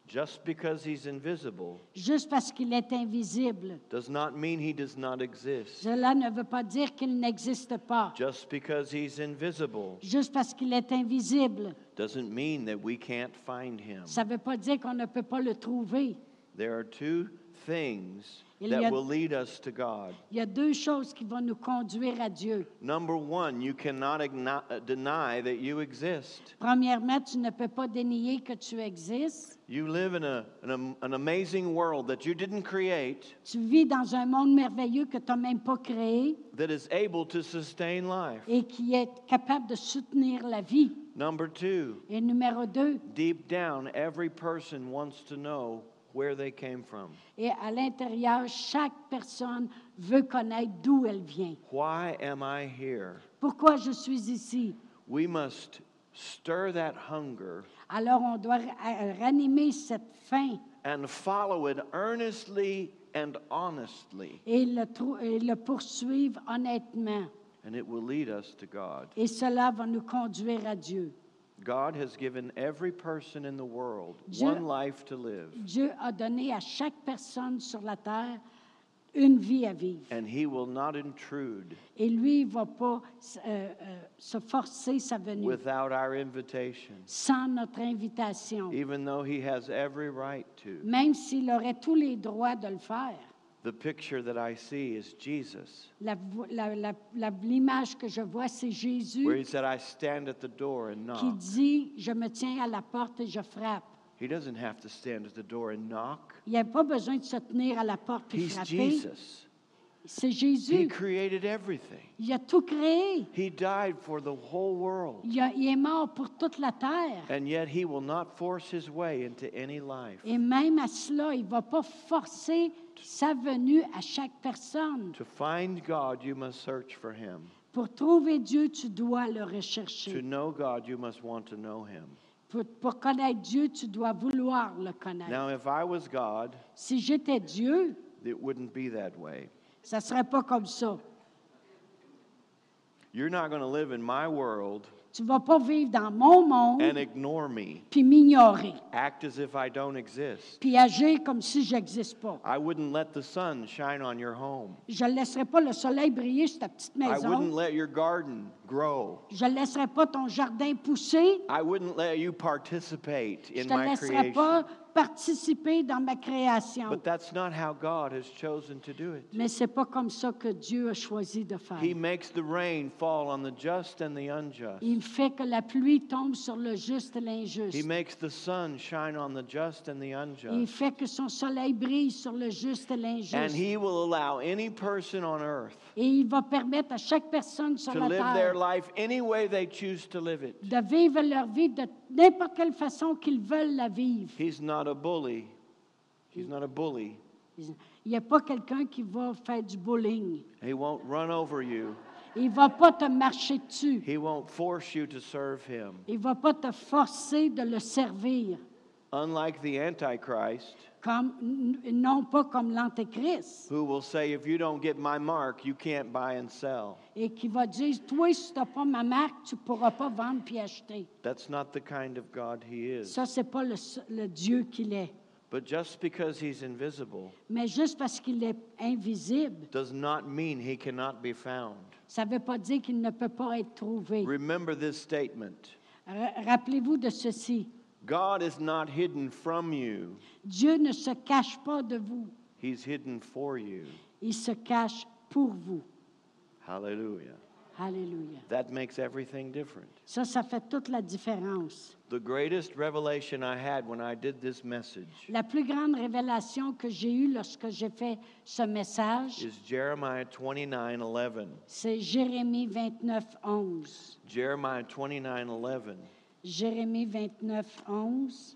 Speaker 2: Just because he's invisible
Speaker 1: Juste parce qu'il est invisible,
Speaker 2: does not mean he does not exist.
Speaker 1: cela ne veut pas dire qu'il n'existe pas.
Speaker 2: Just because he's invisible
Speaker 1: Juste parce qu'il est invisible,
Speaker 2: doesn't mean that we can't find him.
Speaker 1: ça ne veut pas dire qu'on ne peut pas le trouver.
Speaker 2: There are two things
Speaker 1: Il y
Speaker 2: that
Speaker 1: a-
Speaker 2: will lead us to God.
Speaker 1: Il y a deux choses qui vont nous conduire à Dieu.
Speaker 2: Number one, you cannot igno- uh, deny that you exist.
Speaker 1: Premièrement, tu ne peux pas dénier que tu existes.
Speaker 2: You live in a, an, am- an amazing world that you didn't create
Speaker 1: Tu vis dans un monde merveilleux que tu n'as même pas créé
Speaker 2: that is able to sustain life.
Speaker 1: et qui est capable de soutenir la vie.
Speaker 2: Number two,
Speaker 1: Et numéro deux,
Speaker 2: deep down, every person wants to know where they came from.
Speaker 1: et à l'intérieur, chaque personne veut connaître d'où elle vient.
Speaker 2: Why am I here?
Speaker 1: Pourquoi je suis ici?
Speaker 2: We must stir that hunger
Speaker 1: Alors on doit ra- ranimer cette faim
Speaker 2: and follow it earnestly and honestly,
Speaker 1: et le, trou- et le poursuivre honnêtement.
Speaker 2: and it will lead us to God.
Speaker 1: Et cela va nous conduire à Dieu.
Speaker 2: God has given every person in the world
Speaker 1: Dieu-
Speaker 2: one life to live,
Speaker 1: Dieu a donné à chaque personne sur la terre une vie à vivre.
Speaker 2: and He will not intrude
Speaker 1: Et lui, il ne va pas s- euh, euh, se forcer sa venue
Speaker 2: without our invitation,
Speaker 1: sans notre invitation,
Speaker 2: even though He has every right to.
Speaker 1: même s'il aurait tous les droits de le faire.
Speaker 2: The picture that I see is Jesus,
Speaker 1: La vo- la- la- la- L'image que je vois, c'est
Speaker 2: where
Speaker 1: Jésus
Speaker 2: He said, I stand at the door and
Speaker 1: qui
Speaker 2: knock.
Speaker 1: dit, je me tiens à la porte et je frappe.
Speaker 2: He doesn't have to stand at the door and knock.
Speaker 1: Il n'y a pas besoin de se tenir à la porte et
Speaker 2: He's
Speaker 1: frapper.
Speaker 2: Jesus.
Speaker 1: C'est
Speaker 2: He
Speaker 1: Jésus.
Speaker 2: created everything.
Speaker 1: Il a tout créé.
Speaker 2: He died for the whole world,
Speaker 1: Il, a- il est mort pour toute la terre.
Speaker 2: and yet he will not force his way into any life.
Speaker 1: Et même à cela, il ne va pas forcer sa venue à chaque personne.
Speaker 2: To find God, you must search for him.
Speaker 1: Pour trouver Dieu, tu dois le
Speaker 2: To
Speaker 1: rechercher.
Speaker 2: know God, you must want to know him.
Speaker 1: Pour, pour connaître Dieu, tu dois vouloir le connaître.
Speaker 2: Now, if I was God,
Speaker 1: Si j'étais Dieu,
Speaker 2: it wouldn't be that way.
Speaker 1: ça ne serait pas comme ça.
Speaker 2: You're not going to live in my world
Speaker 1: Tu ne vas pas vivre dans mon
Speaker 2: and
Speaker 1: monde,
Speaker 2: ignore me,
Speaker 1: puis m'ignorer,
Speaker 2: act as if I don't exist.
Speaker 1: puis agir comme si j'existe pas.
Speaker 2: I wouldn't let the sun shine on your home.
Speaker 1: Je ne laisserai pas le soleil briller sur ta petite
Speaker 2: I wouldn't
Speaker 1: maison.
Speaker 2: let your garden grow.
Speaker 1: Je ne laisserai pas ton jardin pousser.
Speaker 2: I wouldn't let you participate
Speaker 1: Je ne
Speaker 2: in
Speaker 1: te
Speaker 2: my
Speaker 1: laisserai
Speaker 2: creation.
Speaker 1: pas participer dans ma création.
Speaker 2: But that's not how God has chosen to do it.
Speaker 1: Mais ce n'est pas comme ça que Dieu a choisi de faire.
Speaker 2: He makes the rain fall on the just and the unjust.
Speaker 1: Il fait que la pluie tombe sur le juste et l'injuste.
Speaker 2: He makes the sun shine on the just and the
Speaker 1: Il
Speaker 2: unjust.
Speaker 1: fait que son soleil brille sur le juste et
Speaker 2: And
Speaker 1: l'injuste.
Speaker 2: he will allow any person on earth
Speaker 1: Et il va permettre à chaque personne sur
Speaker 2: to
Speaker 1: la
Speaker 2: live their
Speaker 1: terre
Speaker 2: life any way they choose to live it.
Speaker 1: de vivre leur vie de n'importe quelle façon qu'ils veulent la vivre.
Speaker 2: He's not a bully. He's not a bully.
Speaker 1: Il n'y a pas quelqu'un qui va faire du bowling.
Speaker 2: He won't run over you.
Speaker 1: Il ne va pas te marcher dessus.
Speaker 2: He won't force you to serve him.
Speaker 1: Il ne va pas te forcer de le servir,
Speaker 2: Unlike the Antichrist,
Speaker 1: comme, n- non pas comme l'Antéchrist,
Speaker 2: who will say, if you don't get my mark, you can't buy and sell.
Speaker 1: et qui va dire, toi, si tu n'as pas ma marque, tu ne pourras pas vendre puis acheter.
Speaker 2: That's not the kind of God he is.
Speaker 1: Ça, ce n'est pas le, s- le Dieu qu'il est.
Speaker 2: But just because he's invisible
Speaker 1: Mais juste parce qu'il est invisible,
Speaker 2: does not mean he cannot be found.
Speaker 1: ça ne veut pas dire qu'il ne peut pas être trouvé.
Speaker 2: Remember this statement
Speaker 1: Ra- Rappelez-vous de ceci.
Speaker 2: God is not hidden from you,
Speaker 1: Dieu ne se cache pas de vous.
Speaker 2: he's hidden for you.
Speaker 1: Il se cache pour vous.
Speaker 2: Hallelujah.
Speaker 1: Alléluia.
Speaker 2: That makes everything different.
Speaker 1: Ça, ça fait toute la différence.
Speaker 2: The greatest revelation I had when I did this message
Speaker 1: La plus grande révélation que j'ai eue lorsque j'ai fait ce message,
Speaker 2: is Jeremiah 29 11.
Speaker 1: c'est Jérémie 29, 11.
Speaker 2: Jeremiah 29 11.
Speaker 1: Jérémie 29, 11.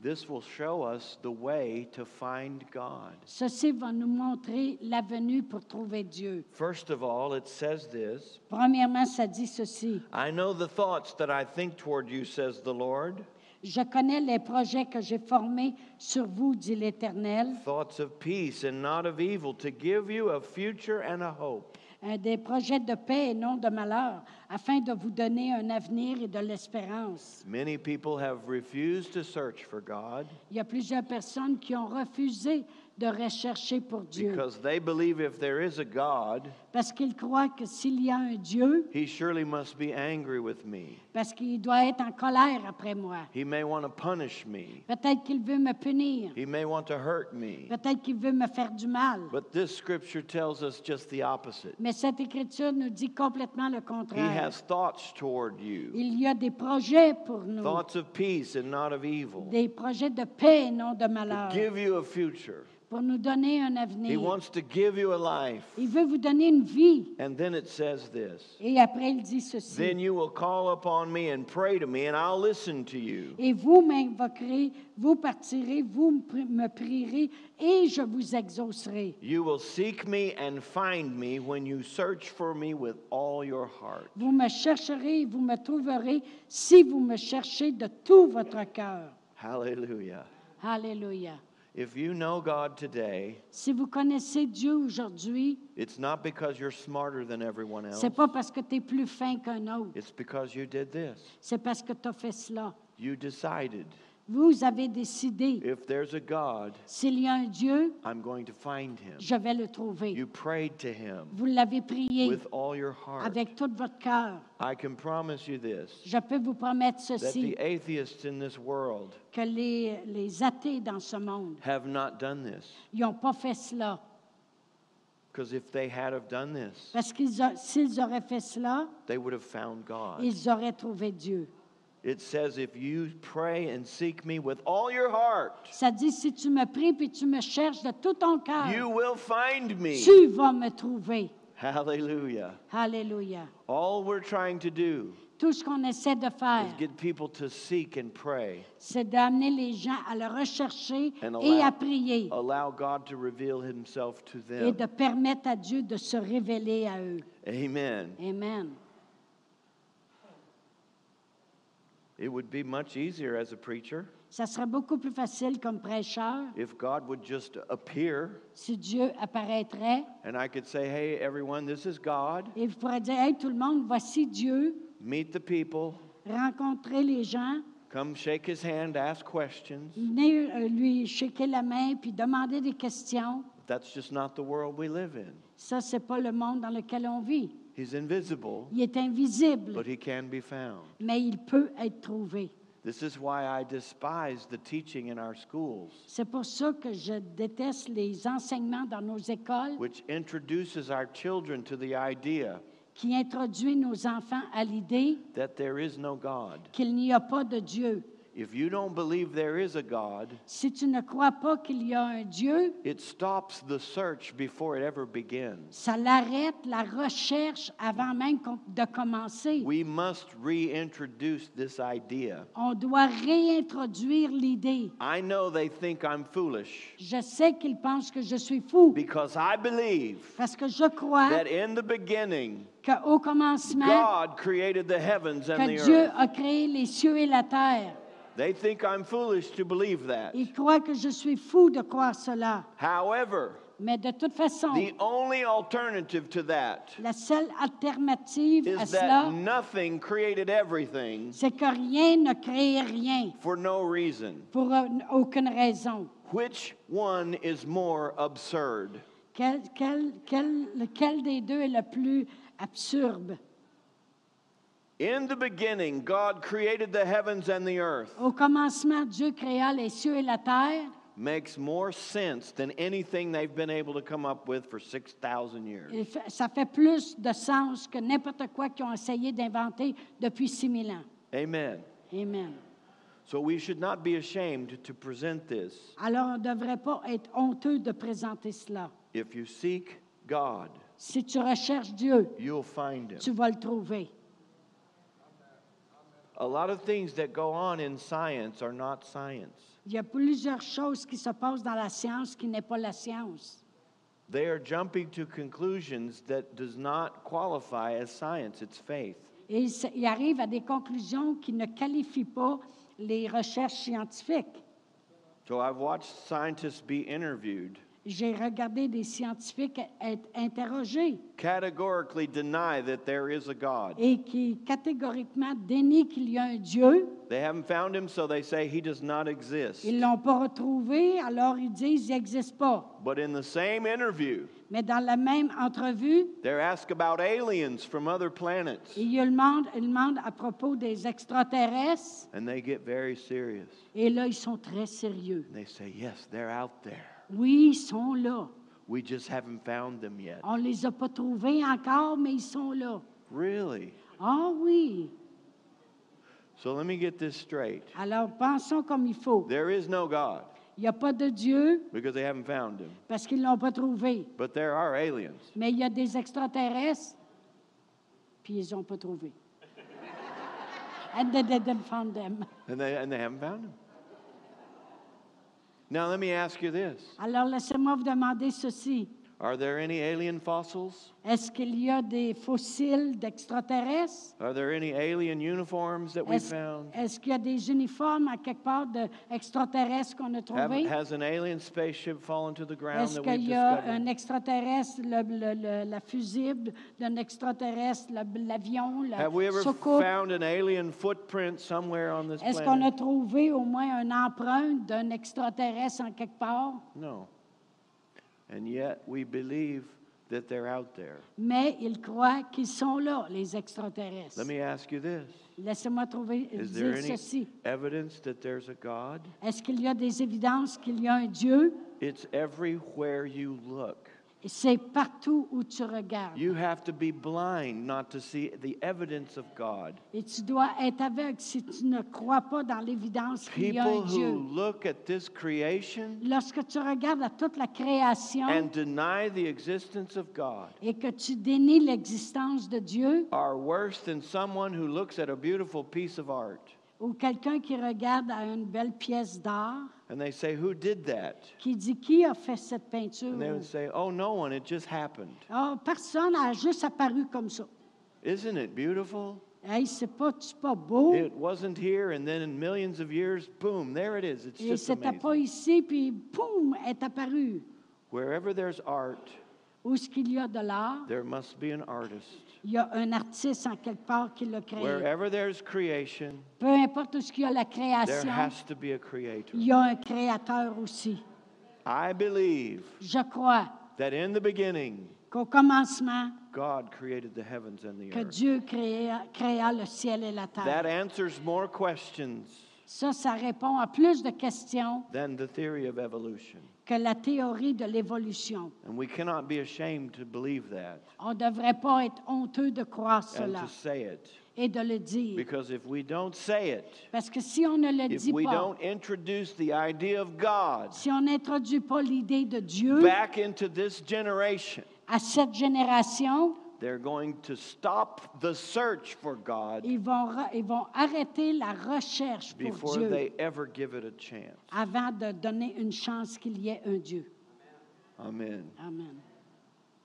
Speaker 2: This will show us the way to find God.
Speaker 1: Ceci va nous montrer l'avenue pour trouver Dieu.
Speaker 2: First of all, it says this
Speaker 1: Premièrement, ça dit ceci.
Speaker 2: I know the thoughts that I think toward you, says the Lord
Speaker 1: Je connais les projets que j'ai formés sur vous, dit l'Éternel.
Speaker 2: thoughts of peace and not of evil, to give you a future and a hope.
Speaker 1: euh, des projets de paix et non de malheur, afin de vous donner un avenir et de l'espérance.
Speaker 2: Many people have refused to search for God
Speaker 1: Il y a plusieurs personnes qui ont refusé de rechercher pour Dieu
Speaker 2: because they believe if there is a God,
Speaker 1: parce qu'ils croient que s'il y a un Dieu,
Speaker 2: he surely must be angry with me.
Speaker 1: parce qu'il doit être en colère après moi.
Speaker 2: He may want to punish me.
Speaker 1: Peut-être qu'il veut me punir.
Speaker 2: He may want to hurt me.
Speaker 1: Peut-être qu'il veut me faire du mal.
Speaker 2: But this scripture tells us just the opposite.
Speaker 1: Mais cette écriture nous dit complètement le
Speaker 2: He
Speaker 1: contraire.
Speaker 2: has thoughts toward you,
Speaker 1: Il y a des projets pour nous,
Speaker 2: thoughts of peace and not of evil,
Speaker 1: des projets de paix et non de
Speaker 2: to
Speaker 1: malheur,
Speaker 2: give you a future.
Speaker 1: pour nous donner un
Speaker 2: He
Speaker 1: avenir.
Speaker 2: wants to give you a life.
Speaker 1: Il veut vous donner une vie.
Speaker 2: And then it says this
Speaker 1: Et après, il dit ceci.
Speaker 2: Then you will call upon me and pray to me, and I'll listen to you.
Speaker 1: Et vous m'invoquerez, vous partirez, vous me pri- me prierez, et je vous exaucerai.
Speaker 2: You will seek me and find me when you search for me with all your heart.
Speaker 1: Vous me chercherez et vous me trouverez si vous me cherchez de tout votre cœur.
Speaker 2: Hallelujah.
Speaker 1: Alléluia.
Speaker 2: If you know God today,
Speaker 1: Si vous connaissez Dieu aujourd'hui,
Speaker 2: it's not because you're smarter than everyone else,
Speaker 1: c'est pas parce que tu es plus fin qu'un autre.
Speaker 2: it's because you did this.
Speaker 1: C'est parce que tu as fait cela.
Speaker 2: You decided
Speaker 1: Vous avez décidé,
Speaker 2: if there's a God,
Speaker 1: s'il y a un Dieu,
Speaker 2: I'm going to find him.
Speaker 1: je vais le trouver.
Speaker 2: You prayed to him
Speaker 1: Vous l'avez prié
Speaker 2: with all your heart.
Speaker 1: avec tout votre cœur.
Speaker 2: I can promise you this
Speaker 1: Je peux vous promettre
Speaker 2: that the
Speaker 1: ceci,
Speaker 2: atheists in this world
Speaker 1: que les, les athées dans ce monde,
Speaker 2: have not done this.
Speaker 1: ils n'ont pas fait cela.
Speaker 2: Because if they had have done this,
Speaker 1: Parce qu'ils a- s'ils auraient fait cela,
Speaker 2: they would have found God.
Speaker 1: ils auraient trouvé Dieu.
Speaker 2: It says, if you pray and seek me with all your heart,
Speaker 1: Ça dit, si tu me pries puis tu me cherches de tout ton
Speaker 2: you
Speaker 1: cœur,
Speaker 2: will find me.
Speaker 1: tu vas me trouver.
Speaker 2: Hallelujah.
Speaker 1: Alléluia.
Speaker 2: All we're trying to do
Speaker 1: Tout ce qu'on essaie de
Speaker 2: is
Speaker 1: faire,
Speaker 2: get people to seek and pray,
Speaker 1: c'est d'amener les gens à le rechercher
Speaker 2: And
Speaker 1: et
Speaker 2: allow-
Speaker 1: à prier
Speaker 2: allow God to reveal himself to
Speaker 1: et
Speaker 2: them.
Speaker 1: de permettre à Dieu de se révéler à eux.
Speaker 2: Amen.
Speaker 1: Amen.
Speaker 2: It would be much easier as a preacher
Speaker 1: Ça serait beaucoup plus facile comme prêcheur
Speaker 2: if God would just appear
Speaker 1: si Dieu apparaîtrait
Speaker 2: and I could say, hey, everyone, this is God.
Speaker 1: et vous pourrez dire, hey tout le monde, voici Dieu,
Speaker 2: Meet the people,
Speaker 1: rencontrez les gens,
Speaker 2: come shake his hand, ask questions.
Speaker 1: venez euh, lui shaker la main puis demandez des questions.
Speaker 2: That's just not the world we live in.
Speaker 1: Ça, c'est pas le monde dans lequel on vit.
Speaker 2: He's invisible,
Speaker 1: Il est invisible,
Speaker 2: but he can be found.
Speaker 1: mais il peut être trouvé.
Speaker 2: This is why I despise the teaching in our schools,
Speaker 1: C'est pour ça que je déteste les enseignements dans nos écoles
Speaker 2: which introduces our children to the idea
Speaker 1: qui introduit nos enfants à l'idée
Speaker 2: that there is no God.
Speaker 1: qu'il n'y a pas de Dieu.
Speaker 2: If you don't believe there is a God,
Speaker 1: Si tu ne crois pas qu'il y a un Dieu,
Speaker 2: it stops the search before it ever begins.
Speaker 1: ça l'arrête la recherche avant même qu'on- de commencer.
Speaker 2: We must reintroduce this idea.
Speaker 1: On doit réintroduire l'idée.
Speaker 2: I know they think I'm foolish
Speaker 1: Je sais qu'ils pensent que je suis fou
Speaker 2: because I believe
Speaker 1: parce que je crois
Speaker 2: that in the beginning,
Speaker 1: qu'au commencement,
Speaker 2: God created the heavens and
Speaker 1: que
Speaker 2: the
Speaker 1: Dieu
Speaker 2: earth.
Speaker 1: a créé les cieux et la terre.
Speaker 2: They think I'm foolish to believe that.
Speaker 1: Ils croient que je suis fou de croire cela.
Speaker 2: However,
Speaker 1: Mais de toute façon,
Speaker 2: the only alternative to that
Speaker 1: la seule alternative à
Speaker 2: is
Speaker 1: cela,
Speaker 2: that nothing created everything
Speaker 1: c'est que rien ne crée rien
Speaker 2: for no reason.
Speaker 1: pour euh, aucune raison.
Speaker 2: Which one is more absurd?
Speaker 1: Quel, quel- quel- lequel des deux est le plus absurde?
Speaker 2: In the beginning, God created the heavens and the earth.
Speaker 1: Au commencement, Dieu créa les cieux et la terre
Speaker 2: Makes more sense than anything they've been able to come up with for 6,000 years.
Speaker 1: et fa- ça fait plus de sens que n'importe quoi qu'ils ont essayé d'inventer depuis 6000 ans.
Speaker 2: Amen.
Speaker 1: Amen.
Speaker 2: So we should not be ashamed to present this.
Speaker 1: Alors, on ne devrait pas être honteux de présenter cela.
Speaker 2: If you seek God,
Speaker 1: Si tu recherches Dieu,
Speaker 2: you'll find him.
Speaker 1: tu vas le trouver.
Speaker 2: A lot of things that go on in science are not science.
Speaker 1: Il y a plusieurs choses qui se passent dans la science qui n'est pas la science.
Speaker 2: They are jumping to conclusions that does not qualify as science, it's faith.
Speaker 1: Et il se- il arrive à des conclusions qui ne qualifient pas les recherches scientifiques.
Speaker 2: So I've watched scientists be interviewed
Speaker 1: J'ai regardé des scientifiques être interrogés
Speaker 2: categorically deny that there is a God.
Speaker 1: et qui catégoriquement dénient qu'il y a un Dieu.
Speaker 2: They haven't found him, so they say he does not exist.
Speaker 1: Ils ne l'ont pas retrouvé, alors ils disent qu'il n'existe pas.
Speaker 2: But in the same interview,
Speaker 1: Mais dans la même entrevue,
Speaker 2: they're asked about aliens from other planets,
Speaker 1: ils lui demandent, ils demandent à propos des extraterrestres
Speaker 2: and they get very serious.
Speaker 1: et là, ils sont très sérieux.
Speaker 2: And they say, Yes, they're out there.
Speaker 1: Oui, ils sont là.
Speaker 2: We just haven't found them yet.
Speaker 1: On ne les a pas trouvés encore, mais ils sont là.
Speaker 2: Really?
Speaker 1: Ah oui.
Speaker 2: So let me get this straight.
Speaker 1: Alors pensons comme il faut.
Speaker 2: There is no God
Speaker 1: Il n'y a pas de Dieu
Speaker 2: because they haven't found him.
Speaker 1: parce qu'ils ne l'ont pas trouvé.
Speaker 2: But there are aliens.
Speaker 1: Mais il y a des extraterrestres, puis ils n'ont pas trouvé. [LAUGHS] And they didn't find them.
Speaker 2: And they, and they haven't found him. Now, let me ask you this
Speaker 1: Alors laissez-moi vous demander ceci.
Speaker 2: Are there any alien fossils?
Speaker 1: Est-ce qu'il y a des fossiles d'extraterrestres?
Speaker 2: Are there any alien uniforms that we
Speaker 1: Est-ce
Speaker 2: found?
Speaker 1: est-ce qu'il y a des uniformes à quelque part d'extraterrestres qu'on a
Speaker 2: Have-
Speaker 1: trouvés?
Speaker 2: has an alien spaceship fallen to the ground
Speaker 1: Est-ce
Speaker 2: that
Speaker 1: qu'il
Speaker 2: we've
Speaker 1: y a
Speaker 2: discovered?
Speaker 1: un extraterrestre, le- le- le- la fusible d'un extraterrestre, le- l'avion, la
Speaker 2: Have we ever
Speaker 1: soucoupe?
Speaker 2: found an alien footprint somewhere on this
Speaker 1: Est-ce qu'on a
Speaker 2: planet?
Speaker 1: trouvé au moins une empreinte d'un extraterrestre en quelque part?
Speaker 2: No. And yet we believe that they're out there.
Speaker 1: Mais ils croient qu'ils sont là, les extraterrestres.
Speaker 2: Let me ask you this
Speaker 1: Laissez-moi trouver,
Speaker 2: Is
Speaker 1: dire
Speaker 2: there any
Speaker 1: ceci.
Speaker 2: evidence that there's a God?
Speaker 1: Est-ce qu'il y a des évidences qu'il y a un Dieu?
Speaker 2: It's everywhere you look.
Speaker 1: Et C'est partout où tu regardes.
Speaker 2: You have to be blind not to see the evidence of God.
Speaker 1: Et tu dois être aveugle si tu ne crois pas dans l'évidence qu'il y a un
Speaker 2: People
Speaker 1: Dieu.
Speaker 2: who look at this creation
Speaker 1: Lorsque tu regardes à toute la création
Speaker 2: and deny the existence of God
Speaker 1: et que tu dénies l'existence de Dieu
Speaker 2: are worse than someone who looks at a beautiful piece of art
Speaker 1: ou quelqu'un qui regarde à une belle pièce d'art,
Speaker 2: and they say, Who did that?
Speaker 1: qui dit qui a fait cette
Speaker 2: And they
Speaker 1: peinture.
Speaker 2: would say, Oh, no one, it just happened.
Speaker 1: Ah, personne a juste apparu comme ça.
Speaker 2: Isn't it beautiful?
Speaker 1: Hey, c'est pas, c'est pas beau.
Speaker 2: It wasn't here, and then in millions of years, boom, there it is. It's
Speaker 1: Et
Speaker 2: just
Speaker 1: c'était
Speaker 2: amazing.
Speaker 1: pas ici, puis poum, est apparu.
Speaker 2: Wherever there's art,
Speaker 1: Où est-ce qu'il y a de l'art?
Speaker 2: there must be an artist.
Speaker 1: Il y a un artiste en quelque part qui l'a créé.
Speaker 2: Wherever there's creation,
Speaker 1: Peu importe où ce qu'il y a la
Speaker 2: there
Speaker 1: création,
Speaker 2: has to be a creator.
Speaker 1: il y a un créateur aussi.
Speaker 2: I believe
Speaker 1: Je crois
Speaker 2: that in the beginning,
Speaker 1: qu'au commencement,
Speaker 2: God created the heavens and the
Speaker 1: que
Speaker 2: earth.
Speaker 1: Dieu créa, créa le ciel et la
Speaker 2: That
Speaker 1: terre.
Speaker 2: answers more questions
Speaker 1: Ça, ça répond à plus de questions
Speaker 2: than the theory of evolution.
Speaker 1: que la théorie de l'évolution.
Speaker 2: And we cannot be ashamed to believe that
Speaker 1: On ne devrait pas être honteux de croire
Speaker 2: and
Speaker 1: cela
Speaker 2: to say it.
Speaker 1: et de le dire.
Speaker 2: Because if we don't say it,
Speaker 1: Parce que si on ne le
Speaker 2: if
Speaker 1: dit
Speaker 2: we
Speaker 1: pas,
Speaker 2: don't introduce the idea of God
Speaker 1: si on n'introduit pas l'idée de Dieu
Speaker 2: back into this generation,
Speaker 1: à cette génération,
Speaker 2: they're going to stop the search for God
Speaker 1: ils vont, re- ils vont arrêter la recherche pour
Speaker 2: before
Speaker 1: Dieu
Speaker 2: they ever give it a chance.
Speaker 1: avant de donner une chance qu'il y ait un Dieu.
Speaker 2: Amen.
Speaker 1: Amen.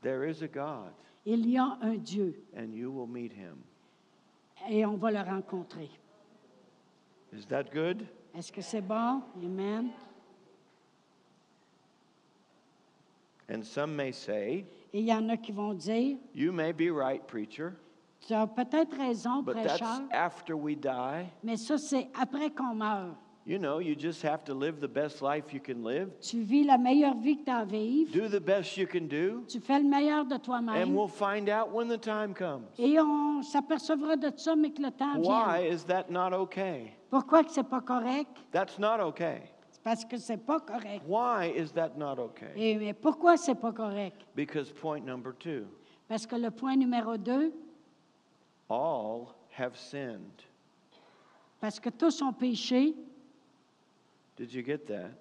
Speaker 2: There is a God,
Speaker 1: Il y a un Dieu
Speaker 2: and you will meet him.
Speaker 1: et on va le rencontrer.
Speaker 2: Is that good?
Speaker 1: Est-ce que c'est bon? Amen.
Speaker 2: And some may say,
Speaker 1: Et il y en a qui vont dire,
Speaker 2: You may be right, preacher,
Speaker 1: tu as peut-être raison,
Speaker 2: but that's
Speaker 1: prêcheur,
Speaker 2: after we die.
Speaker 1: mais ça, c'est après qu'on meurt.
Speaker 2: You know, you just have to live the best life you can live,
Speaker 1: Tu vis la meilleure vie que tu as à vivre,
Speaker 2: do the best you can do,
Speaker 1: tu fais le meilleur de
Speaker 2: and
Speaker 1: toi-même.
Speaker 2: we'll find out when the time comes.
Speaker 1: Et on s'apercevra de ça, mais que le temps
Speaker 2: Why
Speaker 1: vient.
Speaker 2: is that not okay?
Speaker 1: Pourquoi que c'est pas correct?
Speaker 2: That's not okay.
Speaker 1: C'est parce que c'est pas correct.
Speaker 2: Why is that not okay?
Speaker 1: Et mais pourquoi c'est pas correct?
Speaker 2: Because point number two
Speaker 1: Parce que le point numéro deux,
Speaker 2: all have sinned.
Speaker 1: parce que tous ont péché.
Speaker 2: Did you get that?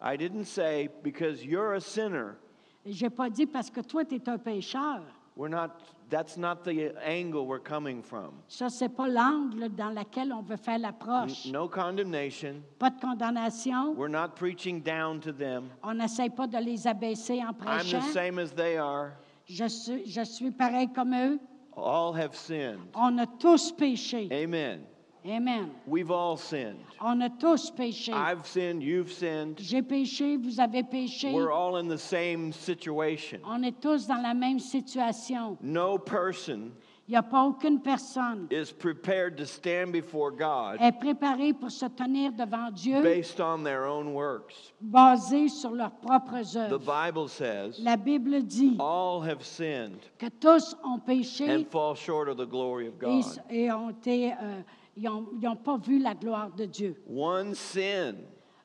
Speaker 2: I didn't say because you're a sinner.
Speaker 1: J'ai pas dit parce que toi, tu es un pécheur.
Speaker 2: We're not, that's not the angle we're coming from.
Speaker 1: Ça, c'est pas l'angle dans lequel on veut faire l'approche.
Speaker 2: No condemnation.
Speaker 1: Pas de condamnation.
Speaker 2: We're not preaching down to them.
Speaker 1: On n'essaye pas de les abaisser en
Speaker 2: I'm the
Speaker 1: prêchant.
Speaker 2: same as they are.
Speaker 1: Je suis, je suis pareil comme eux.
Speaker 2: All have sinned.
Speaker 1: On a tous péché.
Speaker 2: Amen.
Speaker 1: Amen.
Speaker 2: We've all sinned.
Speaker 1: On a tous péché.
Speaker 2: I've sinned, you've sinned.
Speaker 1: J'ai péché, vous avez péché.
Speaker 2: We're all in the same situation.
Speaker 1: On est tous dans la même situation.
Speaker 2: No person
Speaker 1: Il n'y a pas aucune personne
Speaker 2: is prepared to stand before God
Speaker 1: est préparée pour se tenir devant Dieu
Speaker 2: based on their own works.
Speaker 1: basée sur leurs propres
Speaker 2: The
Speaker 1: œuvres.
Speaker 2: Bible says
Speaker 1: La Bible dit
Speaker 2: all have sinned
Speaker 1: que tous ont péché
Speaker 2: and fall short of the glory of
Speaker 1: et,
Speaker 2: God.
Speaker 1: et ont été, euh, ils n'ont pas vu la gloire de Dieu.
Speaker 2: One sin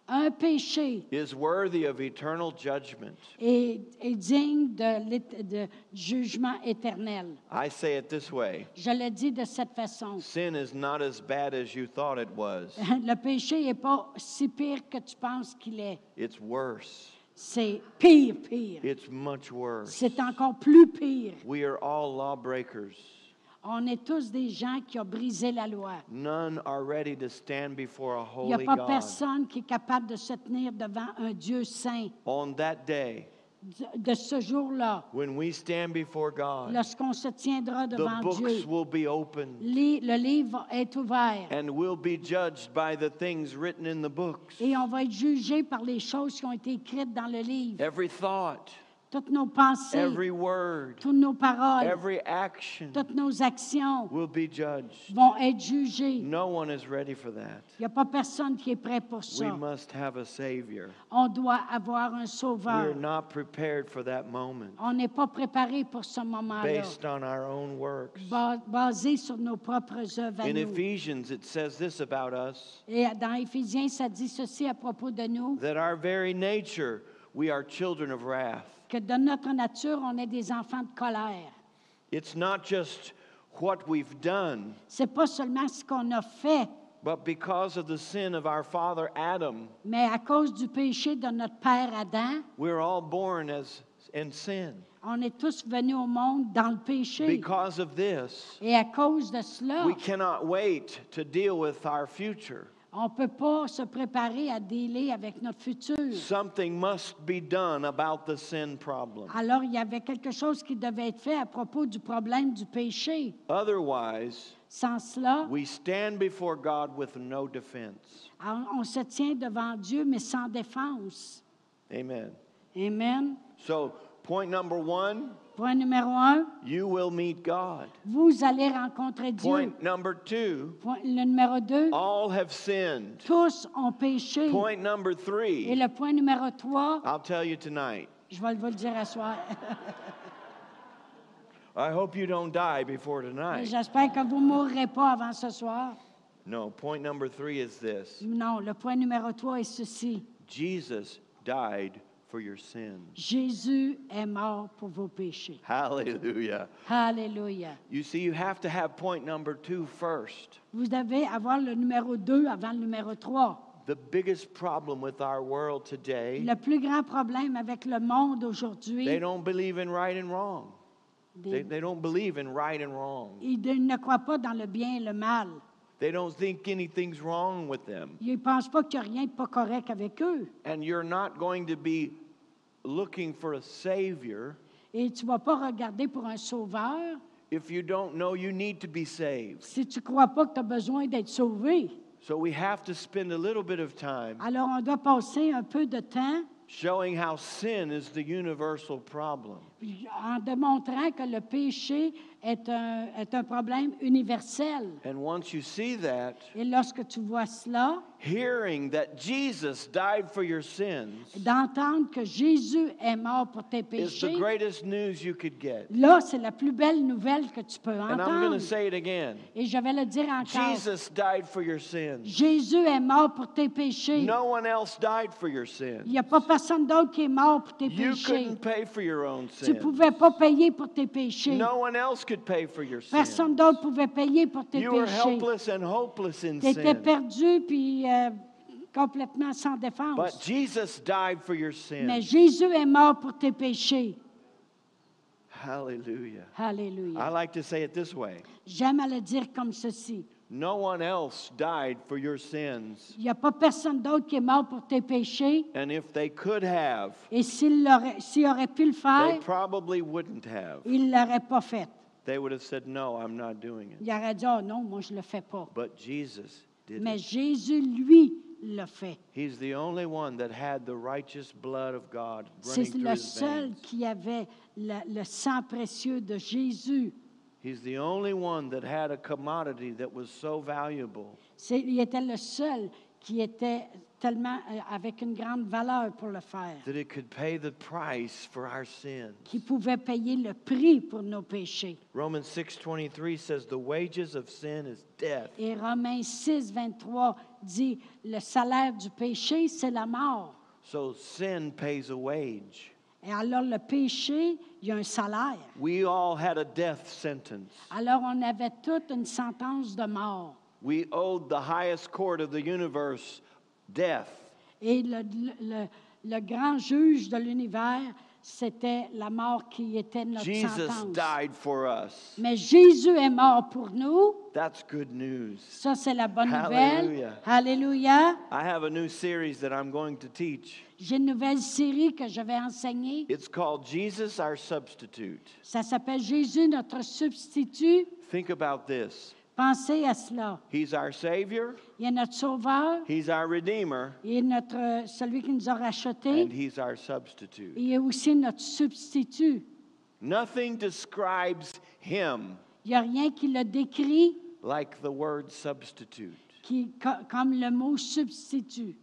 Speaker 1: Un péché
Speaker 2: is worthy of eternal judgment.
Speaker 1: est, est digne de, l'ét- de jugement éternel.
Speaker 2: I say it this way
Speaker 1: Je le dis de cette façon. [LAUGHS]
Speaker 2: sin is not as bad as you thought it was,
Speaker 1: Le péché n'est pas si pire que tu penses qu'il est.
Speaker 2: it's worse.
Speaker 1: C'est pire, pire.
Speaker 2: It's much worse.
Speaker 1: C'est encore plus pire.
Speaker 2: We are all lawbreakers.
Speaker 1: On est tous des gens qui ont brisé la loi.
Speaker 2: None are ready to stand before a
Speaker 1: Il n'y a
Speaker 2: holy
Speaker 1: pas
Speaker 2: God.
Speaker 1: personne qui est capable de se tenir devant un Dieu saint.
Speaker 2: On that day,
Speaker 1: De- De ce jour-là,
Speaker 2: when we stand before God,
Speaker 1: lorsqu'on se tiendra
Speaker 2: the
Speaker 1: devant Dieu,
Speaker 2: books will be opened
Speaker 1: les- le livre est ouvert
Speaker 2: and we'll be judged by the things written in the books.
Speaker 1: et on va être jugé par les choses qui ont été écrites dans le livre.
Speaker 2: Every thought,
Speaker 1: Toutes nos pensées,
Speaker 2: every word,
Speaker 1: toutes nos paroles,
Speaker 2: every action
Speaker 1: toutes nos actions
Speaker 2: will be judged.
Speaker 1: vont être jugées.
Speaker 2: No one is ready for that.
Speaker 1: Il n'y a pas personne qui est prêt pour
Speaker 2: We
Speaker 1: ça.
Speaker 2: must have a Savior.
Speaker 1: On doit avoir un
Speaker 2: We're
Speaker 1: sauveur.
Speaker 2: not prepared for that moment
Speaker 1: On n'est pas préparé pour ce moment-là,
Speaker 2: based on our own works.
Speaker 1: ba- basé sur nos propres œuvres à
Speaker 2: In
Speaker 1: nous.
Speaker 2: Ephesians, it says this about us
Speaker 1: Et dans Éphésiens, ça dit ceci à propos de nous,
Speaker 2: that our very nature, we are children of wrath.
Speaker 1: que de notre nature, on est des enfants de colère.
Speaker 2: It's not just what we've done,
Speaker 1: C'est pas seulement ce qu'on a fait,
Speaker 2: but because of the sin of our father Adam,
Speaker 1: mais à cause du péché de notre père Adam,
Speaker 2: we're all born as in sin.
Speaker 1: on est tous venus au monde dans le péché.
Speaker 2: Because of this,
Speaker 1: Et à cause de cela,
Speaker 2: we cannot wait to deal with our future.
Speaker 1: on ne peut pas se préparer à délai avec notre futur.
Speaker 2: Something must be done about the sin problem.
Speaker 1: Alors, il y avait quelque chose qui devait être fait à propos du problème du péché.
Speaker 2: Otherwise,
Speaker 1: Sans cela,
Speaker 2: we stand before God with no defense.
Speaker 1: on on se tient devant Dieu, mais sans défense.
Speaker 2: Amen.
Speaker 1: Amen.
Speaker 2: So, point number one,
Speaker 1: Point numéro un,
Speaker 2: you will meet God.
Speaker 1: vous allez rencontrer Dieu.
Speaker 2: Point number two,
Speaker 1: Point- le numéro deux,
Speaker 2: all have sinned.
Speaker 1: tous ont péché.
Speaker 2: Point number
Speaker 1: Et
Speaker 2: three,
Speaker 1: le point numéro trois,
Speaker 2: I'll tell you tonight.
Speaker 1: je vais vous le dire à soir.
Speaker 2: I hope you don't die before
Speaker 1: [LAUGHS]
Speaker 2: tonight.
Speaker 1: J'espère que vous ne mourrez pas avant ce soir.
Speaker 2: No, point number three is this
Speaker 1: Non, le point numéro trois est ceci.
Speaker 2: Jesus died for your sins.
Speaker 1: Jésus est mort pour vos péchés.
Speaker 2: Hallelujah.
Speaker 1: Alléluia.
Speaker 2: You see, you have to have point number two first.
Speaker 1: Vous devez avoir le numéro 2 avant le numéro 3.
Speaker 2: The biggest problem with our world today,
Speaker 1: Le plus grand problème avec le monde aujourd'hui,
Speaker 2: they don't believe in right and wrong. They,
Speaker 1: des-
Speaker 2: they don't believe in right and wrong.
Speaker 1: ils de- ne croient pas dans le bien et le mal.
Speaker 2: They don't think anything's wrong with them.
Speaker 1: Ils ne pensent pas qu'il n'y a rien de pas correct avec eux.
Speaker 2: And you're not going to be looking for a Savior
Speaker 1: Et tu ne vas pas regarder pour un sauveur
Speaker 2: if you don't know you need to be saved.
Speaker 1: si tu ne crois pas que tu as besoin d'être sauvé.
Speaker 2: So we have to spend a little bit of time
Speaker 1: Alors, on doit passer un peu de temps
Speaker 2: showing how sin is the universal problem.
Speaker 1: en démontrant que le péché est un, est un problème universel.
Speaker 2: And once you see that,
Speaker 1: Et lorsque tu vois cela,
Speaker 2: hearing that Jesus died for your sins
Speaker 1: d'entendre que Jésus est mort pour tes
Speaker 2: is the
Speaker 1: péchés,
Speaker 2: greatest news you could get.
Speaker 1: Là, c'est la plus belle nouvelle que tu peux
Speaker 2: And I'm going
Speaker 1: entendre.
Speaker 2: to say it again
Speaker 1: Et je vais le dire encore.
Speaker 2: Jesus died for your sins.
Speaker 1: Jésus est mort pour tes péchés.
Speaker 2: No one else died for your
Speaker 1: Il
Speaker 2: sins.
Speaker 1: n'y a pas personne d'autre qui est mort pour tes
Speaker 2: You
Speaker 1: péchés.
Speaker 2: couldn't pay for your own
Speaker 1: Tu
Speaker 2: sins.
Speaker 1: ne pouvais pas payer pour tes péchés.
Speaker 2: No one else could pay for your sins.
Speaker 1: personne d'autre pouvait payer pour tes
Speaker 2: You were
Speaker 1: péchés.
Speaker 2: helpless and hopeless in
Speaker 1: Tu étais
Speaker 2: sin.
Speaker 1: perdu puis euh, complètement sans défense.
Speaker 2: But Jesus died for your
Speaker 1: Mais
Speaker 2: sins.
Speaker 1: Jésus est mort pour tes péchés.
Speaker 2: Hallelujah. I
Speaker 1: Alléluia.
Speaker 2: like to say it this way
Speaker 1: J'aime à le dire comme ceci.
Speaker 2: No one else died for your sins.
Speaker 1: Il n'y a pas personne d'autre qui est mort pour tes péchés.
Speaker 2: And if they could have,
Speaker 1: Et s'il l'aurait- s'il aurait pu le
Speaker 2: they
Speaker 1: faire,
Speaker 2: probably wouldn't have.
Speaker 1: Il ne l'aurait pas fait.
Speaker 2: they would have said, No, I'm not doing it.
Speaker 1: Il aurait dit, oh non, moi je le fais pas.
Speaker 2: But Jesus did
Speaker 1: Mais
Speaker 2: it.
Speaker 1: Jésus, lui, le fait.
Speaker 2: He's the only one that had the righteous blood of God
Speaker 1: C'est
Speaker 2: running through
Speaker 1: le
Speaker 2: his
Speaker 1: seul
Speaker 2: veins.
Speaker 1: qui avait le, le sang précieux de Jésus.
Speaker 2: He's the only one that had a commodity that was so valuable
Speaker 1: C'est- il était le seul qui était tellement euh, avec une grande valeur pour le faire,
Speaker 2: that it could pay the price for our sin.
Speaker 1: qui pouvait payer le prix pour nos péchés.
Speaker 2: Romans 6:23 says the wages of sin is death.
Speaker 1: Et Romains 6, 23 dit, le salaire du péché, c'est la mort.
Speaker 2: So sin pays a wage.
Speaker 1: Et alors le péché, il y a un salaire.
Speaker 2: We all had a death sentence.
Speaker 1: Alors on avait toute une sentence de mort.
Speaker 2: We owed the highest court of the universe death.
Speaker 1: Et le, le- le grand juge de l'univers, c'était la mort qui était notre
Speaker 2: Jesus
Speaker 1: sentence.
Speaker 2: died for us.
Speaker 1: Mais Jésus est mort pour nous.
Speaker 2: That's good news.
Speaker 1: Ça, c'est la bonne nouvelle.
Speaker 2: Hallelujah.
Speaker 1: Alléluia.
Speaker 2: I have a new series that I'm going to teach.
Speaker 1: J'ai une nouvelle série que je vais enseigner.
Speaker 2: It's called Jesus Our Substitute.
Speaker 1: Ça s'appelle Jésus, notre substitut.
Speaker 2: Think about this.
Speaker 1: Pensez à cela.
Speaker 2: He's our Savior,
Speaker 1: Il est notre sauveur.
Speaker 2: He's our Redeemer,
Speaker 1: Il est notre, celui qui nous a rachetés.
Speaker 2: and He's our substitute.
Speaker 1: Il est aussi notre substitut.
Speaker 2: Nothing describes Him
Speaker 1: Il n'y a rien qui le décrit
Speaker 2: like the word substitute.
Speaker 1: qui, co- comme le mot substitut.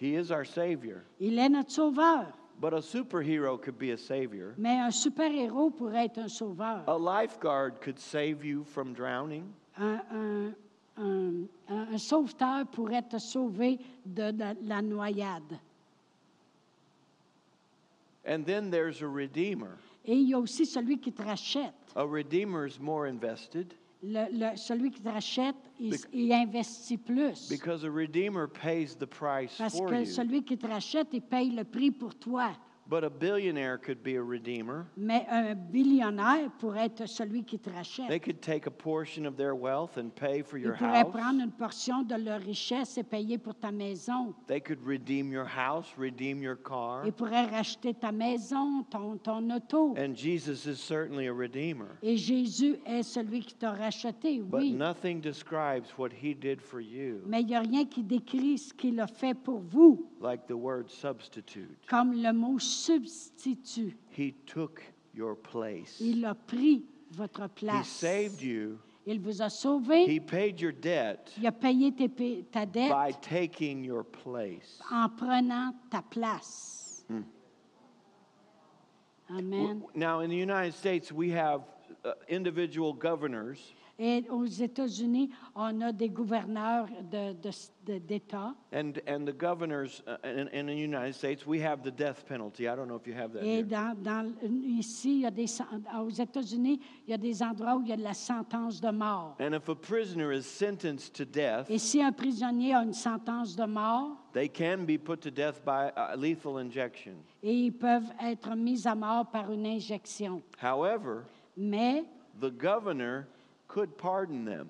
Speaker 2: He is our Savior,
Speaker 1: Il est notre sauveur.
Speaker 2: but a superhero could be a Savior.
Speaker 1: Mais un super-héros pourrait être un sauveur.
Speaker 2: A lifeguard could save you from drowning.
Speaker 1: Un, un- un- un- un sauveteur pourrait te sauver de, la- la noyade.
Speaker 2: And then there's a Redeemer.
Speaker 1: Et il y a aussi celui qui te rachète.
Speaker 2: A Redeemer is more invested
Speaker 1: Le- le- celui qui te rachète, il,
Speaker 2: Bec-
Speaker 1: il investit plus.
Speaker 2: because a Redeemer pays the price
Speaker 1: Parce
Speaker 2: for
Speaker 1: que
Speaker 2: you.
Speaker 1: celui qui te rachète, il paye le prix pour toi.
Speaker 2: But a billionaire could be a Redeemer.
Speaker 1: Mais un billionnaire pourrait être celui qui te rachète.
Speaker 2: They could take a portion of their wealth and pay for
Speaker 1: Ils
Speaker 2: your
Speaker 1: pourraient
Speaker 2: house.
Speaker 1: prendre une portion de leur richesse et payer pour ta maison.
Speaker 2: They could redeem your house, redeem your car.
Speaker 1: Ils pourraient racheter ta maison, ton, ton auto.
Speaker 2: And Jesus is certainly a redeemer.
Speaker 1: Et Jésus est celui qui t'a racheté,
Speaker 2: But
Speaker 1: oui.
Speaker 2: nothing describes what he did for you
Speaker 1: Mais il n'y a rien qui décrit ce qu'il a fait pour vous,
Speaker 2: like the word substitute.
Speaker 1: comme le mot substitut.
Speaker 2: He took your place.
Speaker 1: Il a pris votre
Speaker 2: He
Speaker 1: place.
Speaker 2: saved you.
Speaker 1: Il vous a sauvé.
Speaker 2: He paid your debt
Speaker 1: Il a payé tes pa- ta
Speaker 2: by
Speaker 1: dette
Speaker 2: taking your place.
Speaker 1: en prenant ta place.
Speaker 2: Hmm.
Speaker 1: Amen.
Speaker 2: W- Now, in the United States, we have uh, individual governors
Speaker 1: Et aux États-Unis, on a des gouverneurs de- de- de- d'État.
Speaker 2: And, and the governors uh, in, in the United States, we have the death penalty. I don't know if you have that.
Speaker 1: Et
Speaker 2: here.
Speaker 1: dans, dans- ici, il y a des, sen- aux États-Unis, il y a des endroits où il y a de la sentence de mort.
Speaker 2: And if a prisoner is sentenced to death,
Speaker 1: Et si un prisonnier a une sentence de mort,
Speaker 2: they can be put to death by uh, lethal injection.
Speaker 1: et ils peuvent être mis à mort par une injection.
Speaker 2: However,
Speaker 1: Mais,
Speaker 2: the governor could pardon them.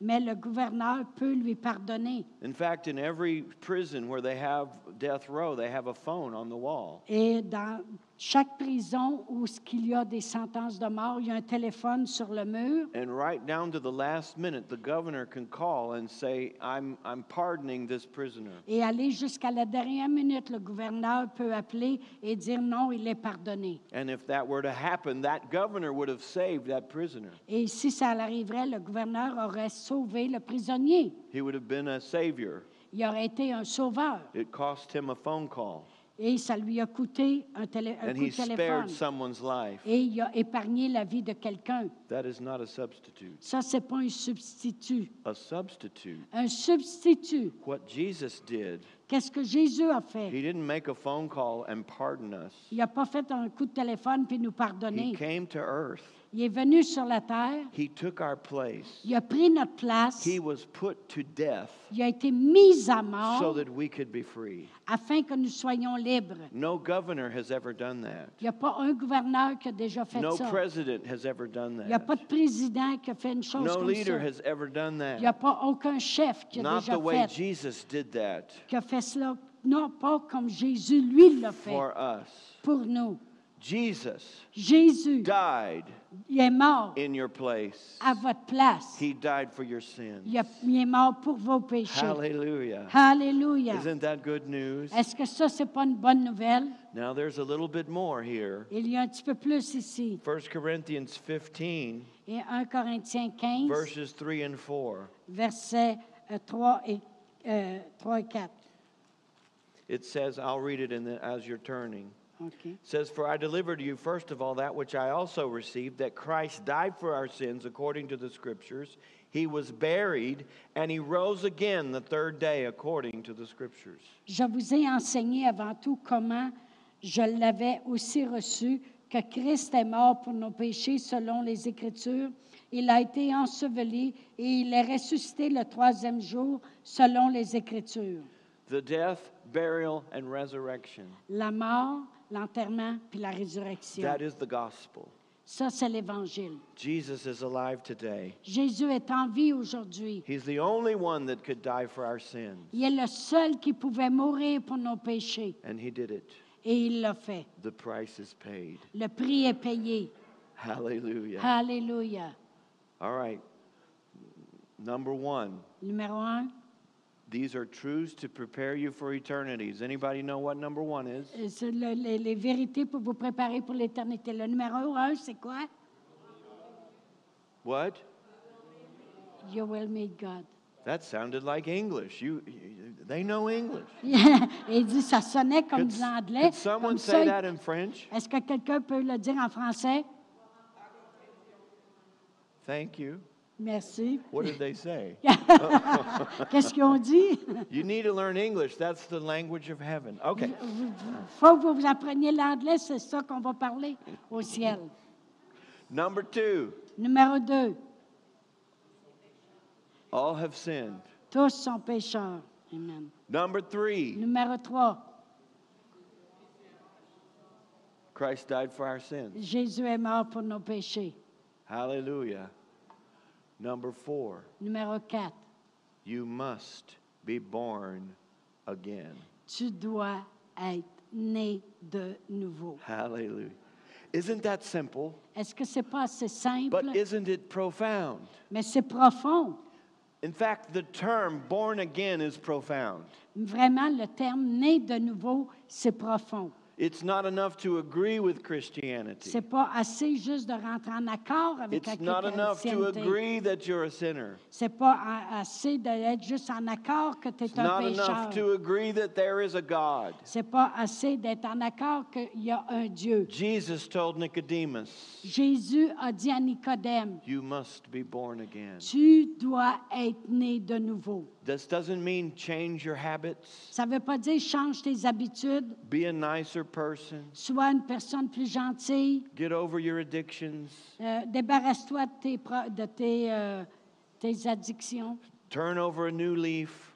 Speaker 1: mais le gouverneur peut lui pardonner.
Speaker 2: In fact, in every prison where they have death row, they have a phone on the wall.
Speaker 1: Et dans chaque prison où ce qu'il y a des sentences de mort, il y a un téléphone sur le mur.
Speaker 2: And right down to the last minute, the governor can call and say, I'm, I'm pardoning this prisoner.
Speaker 1: Et aller jusqu'à la dernière minute, le gouverneur peut appeler et dire non, il est pardonné.
Speaker 2: And if that were to happen, that governor would have saved that prisoner.
Speaker 1: Et si ça arriverait, le gouverneur aurait sauvé le prisonnier.
Speaker 2: He would have been a savior.
Speaker 1: Il aurait été un sauveur.
Speaker 2: It cost him a phone call,
Speaker 1: Et ça lui a coûté un, télé- un
Speaker 2: and
Speaker 1: coup
Speaker 2: he
Speaker 1: de téléphone.
Speaker 2: spared someone's life.
Speaker 1: Et il a épargné la vie de quelqu'un.
Speaker 2: That is not a substitute.
Speaker 1: Ça, c'est pas un substitut.
Speaker 2: A substitute,
Speaker 1: Un substitut,
Speaker 2: what Jesus did,
Speaker 1: qu'est-ce que Jésus a fait?
Speaker 2: he didn't make a phone call and pardon us.
Speaker 1: Il n'a pas fait un coup de téléphone puis nous
Speaker 2: He
Speaker 1: pardonner.
Speaker 2: came to earth,
Speaker 1: Il est venu sur la terre.
Speaker 2: he took our place,
Speaker 1: Il a pris notre place.
Speaker 2: he was put to death
Speaker 1: Il a été mis à
Speaker 2: so
Speaker 1: mort
Speaker 2: that we could be free.
Speaker 1: afin que nous soyons libres.
Speaker 2: No governor has ever done that.
Speaker 1: Il n'y a pas un gouverneur qui a déjà fait
Speaker 2: No
Speaker 1: ça.
Speaker 2: president has ever done
Speaker 1: Il n'y a pas
Speaker 2: that.
Speaker 1: de président qui a fait une chose
Speaker 2: No
Speaker 1: comme
Speaker 2: leader
Speaker 1: ça.
Speaker 2: has ever done
Speaker 1: Il n'y a
Speaker 2: that.
Speaker 1: pas aucun chef qui a
Speaker 2: Not the
Speaker 1: déjà
Speaker 2: way
Speaker 1: fait,
Speaker 2: Jesus did that
Speaker 1: qui a fait cela. Non, pas comme Jésus, lui, l'a fait
Speaker 2: for us.
Speaker 1: pour nous.
Speaker 2: Jesus
Speaker 1: Jésus,
Speaker 2: died
Speaker 1: il est mort
Speaker 2: in your place.
Speaker 1: à votre place.
Speaker 2: He died for your sins.
Speaker 1: Il, a- il est mort pour vos péchés.
Speaker 2: Hallelujah.
Speaker 1: Alléluia.
Speaker 2: Isn't that good news?
Speaker 1: Est-ce que ça, c'est pas une bonne nouvelle?
Speaker 2: Now there's a little bit more here.
Speaker 1: Il y a un petit peu plus ici.
Speaker 2: 1 Corinthians 15,
Speaker 1: Et 1 Corinthiens 15,
Speaker 2: verses 3 and 4.
Speaker 1: versets euh, 3 et, euh, 3 et 4.
Speaker 2: It says, I'll read it in the, as you're turning.
Speaker 1: OK.
Speaker 2: It says, For I delivered to you first of all that which I also received, that Christ died for our sins according to the Scriptures. He was buried, and he rose again the third day according to the Scriptures.
Speaker 1: Je vous ai enseigné avant tout comment je l'avais aussi reçu, que Christ est mort pour nos péchés selon les Écritures. Il a été enseveli et il est ressuscité le troisième jour selon les Écritures.
Speaker 2: The death, burial, and resurrection.
Speaker 1: La mort, l'enterrement, puis la résurrection.
Speaker 2: That is the gospel.
Speaker 1: Ça, c'est l'Évangile.
Speaker 2: Jesus is alive today.
Speaker 1: Jésus est en vie aujourd'hui.
Speaker 2: He's the only one that could die for our sins,
Speaker 1: Il est le seul qui pouvait mourir pour nos péchés
Speaker 2: and he did it.
Speaker 1: et il l'a fait.
Speaker 2: The price is paid. [LAUGHS]
Speaker 1: Le prix est payé.
Speaker 2: Hallelujah.
Speaker 1: Alléluia.
Speaker 2: All right. Number one,
Speaker 1: Numéro un,
Speaker 2: these are truths to prepare you for eternity. Does anybody know what number one is?
Speaker 1: euh, c'est le- les, les vérités pour vous préparer pour l'éternité. Le numéro un, c'est quoi?
Speaker 2: What?
Speaker 1: You will meet God. [LAUGHS]
Speaker 2: That sounded like English. You, you they know English.
Speaker 1: il dit, ça sonnait comme
Speaker 2: Could,
Speaker 1: des anglais.
Speaker 2: could someone
Speaker 1: Comme ça,
Speaker 2: say
Speaker 1: il-
Speaker 2: that in French?
Speaker 1: Est-ce que quelqu'un peut le dire en français?
Speaker 2: Thank you. [LAUGHS]
Speaker 1: Merci.
Speaker 2: What did
Speaker 1: [LAUGHS]
Speaker 2: they say?
Speaker 1: Qu'est-ce qu'ils ont dit?
Speaker 2: You need to learn English. That's the language of heaven. Okay.
Speaker 1: Il faut que vous appreniez l'anglais, c'est ça qu'on va parler au ciel.
Speaker 2: Number two,
Speaker 1: Numéro deux,
Speaker 2: all have sinned.
Speaker 1: tous sont pécheurs. Amen.
Speaker 2: Number three,
Speaker 1: Numéro trois,
Speaker 2: Christ died for our sins.
Speaker 1: Jésus est mort pour nos péchés.
Speaker 2: Hallelujah. Number four,
Speaker 1: Numéro quatre,
Speaker 2: you must be born again.
Speaker 1: tu dois être né de nouveau.
Speaker 2: Hallelujah. Isn't that simple?
Speaker 1: Est-ce que c'est pas assez simple?
Speaker 2: But isn't it profound?
Speaker 1: Mais c'est profond.
Speaker 2: In fact, the term born again is profound.
Speaker 1: Vraiment, le terme né de nouveau, c'est profond.
Speaker 2: It's not enough to agree with Christianity.
Speaker 1: C'est pas assez juste de rentrer en accord avec
Speaker 2: It's
Speaker 1: la
Speaker 2: not enough to
Speaker 1: chrétienté.
Speaker 2: agree that you're a sinner.
Speaker 1: C'est pas a- assez d'être juste en accord que tu
Speaker 2: It's
Speaker 1: es un
Speaker 2: not enough
Speaker 1: pécheur.
Speaker 2: to agree that there is a God.
Speaker 1: C'est pas assez d'être en accord qu'il y a un Dieu.
Speaker 2: Jesus told Nicodemus,
Speaker 1: Jésus a dit à Nicodème,
Speaker 2: You must be born again.
Speaker 1: tu dois être né de nouveau.
Speaker 2: This doesn't mean change your habits,
Speaker 1: Ça ne veut pas dire change tes habitudes,
Speaker 2: be a nicer person,
Speaker 1: sois une personne plus gentille,
Speaker 2: get over your addictions,
Speaker 1: euh, débarrasse-toi de tes, pro- de tes, euh, tes addictions,
Speaker 2: turn over a new leaf,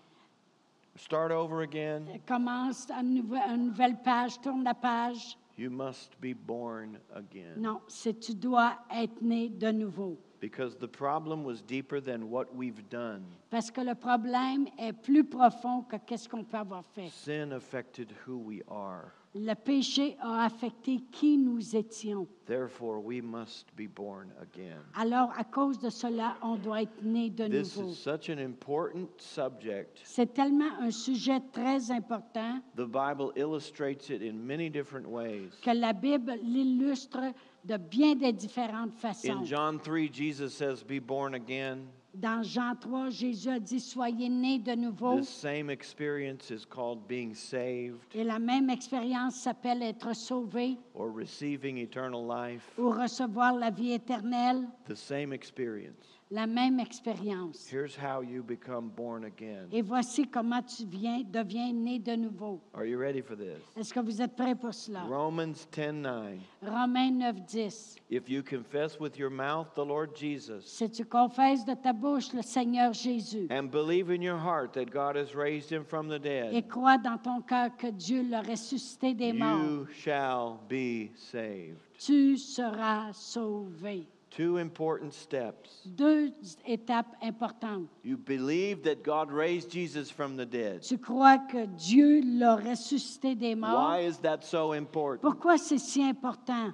Speaker 2: start over again.
Speaker 1: commence une, nouvel- une nouvelle page, tourne la page.
Speaker 2: You must be born again.
Speaker 1: Non, c'est tu dois être né de nouveau.
Speaker 2: Because the problem was deeper than what we've done.
Speaker 1: Parce que le problème est plus profond que qu'est-ce qu'on peut avoir fait.
Speaker 2: Sin affected who we are.
Speaker 1: Le péché a affecté qui nous étions.
Speaker 2: Therefore, we must be born again.
Speaker 1: Alors, à cause de cela, on doit être né de
Speaker 2: This
Speaker 1: nouveau.
Speaker 2: is such an important subject.
Speaker 1: C'est tellement un sujet très important
Speaker 2: The Bible illustrates it in many different ways.
Speaker 1: que la Bible l'illustre de bien des différentes façons.
Speaker 2: In John 3, Jesus says, Be born again.
Speaker 1: Dans Jean 3, Jésus a dit, soyez nés de nouveau.
Speaker 2: This same experience is called being saved
Speaker 1: Et la même expérience s'appelle être sauvé
Speaker 2: or receiving eternal life.
Speaker 1: ou recevoir la vie éternelle.
Speaker 2: The same experience.
Speaker 1: La même expérience.
Speaker 2: Here's how you become born again.
Speaker 1: Et voici comment tu viens, deviens né de nouveau.
Speaker 2: Are you ready for this?
Speaker 1: Est-ce que vous êtes prêts pour cela?
Speaker 2: Romans 10:9.
Speaker 1: Romains 9, 10.
Speaker 2: If you confess with your mouth the Lord Jesus
Speaker 1: Si tu confesses de ta bouche le Seigneur Jésus
Speaker 2: and believe in your heart that God has raised him from the
Speaker 1: et
Speaker 2: dead,
Speaker 1: crois dans ton cœur que Dieu l'a ressuscité des morts,
Speaker 2: you shall be saved.
Speaker 1: tu seras sauvé.
Speaker 2: Two important steps.
Speaker 1: Deux étapes importantes.
Speaker 2: You believe that God raised Jesus from the dead.
Speaker 1: Tu crois que Dieu l'a ressuscité des morts.
Speaker 2: Why is that so important?
Speaker 1: Pourquoi c'est si important?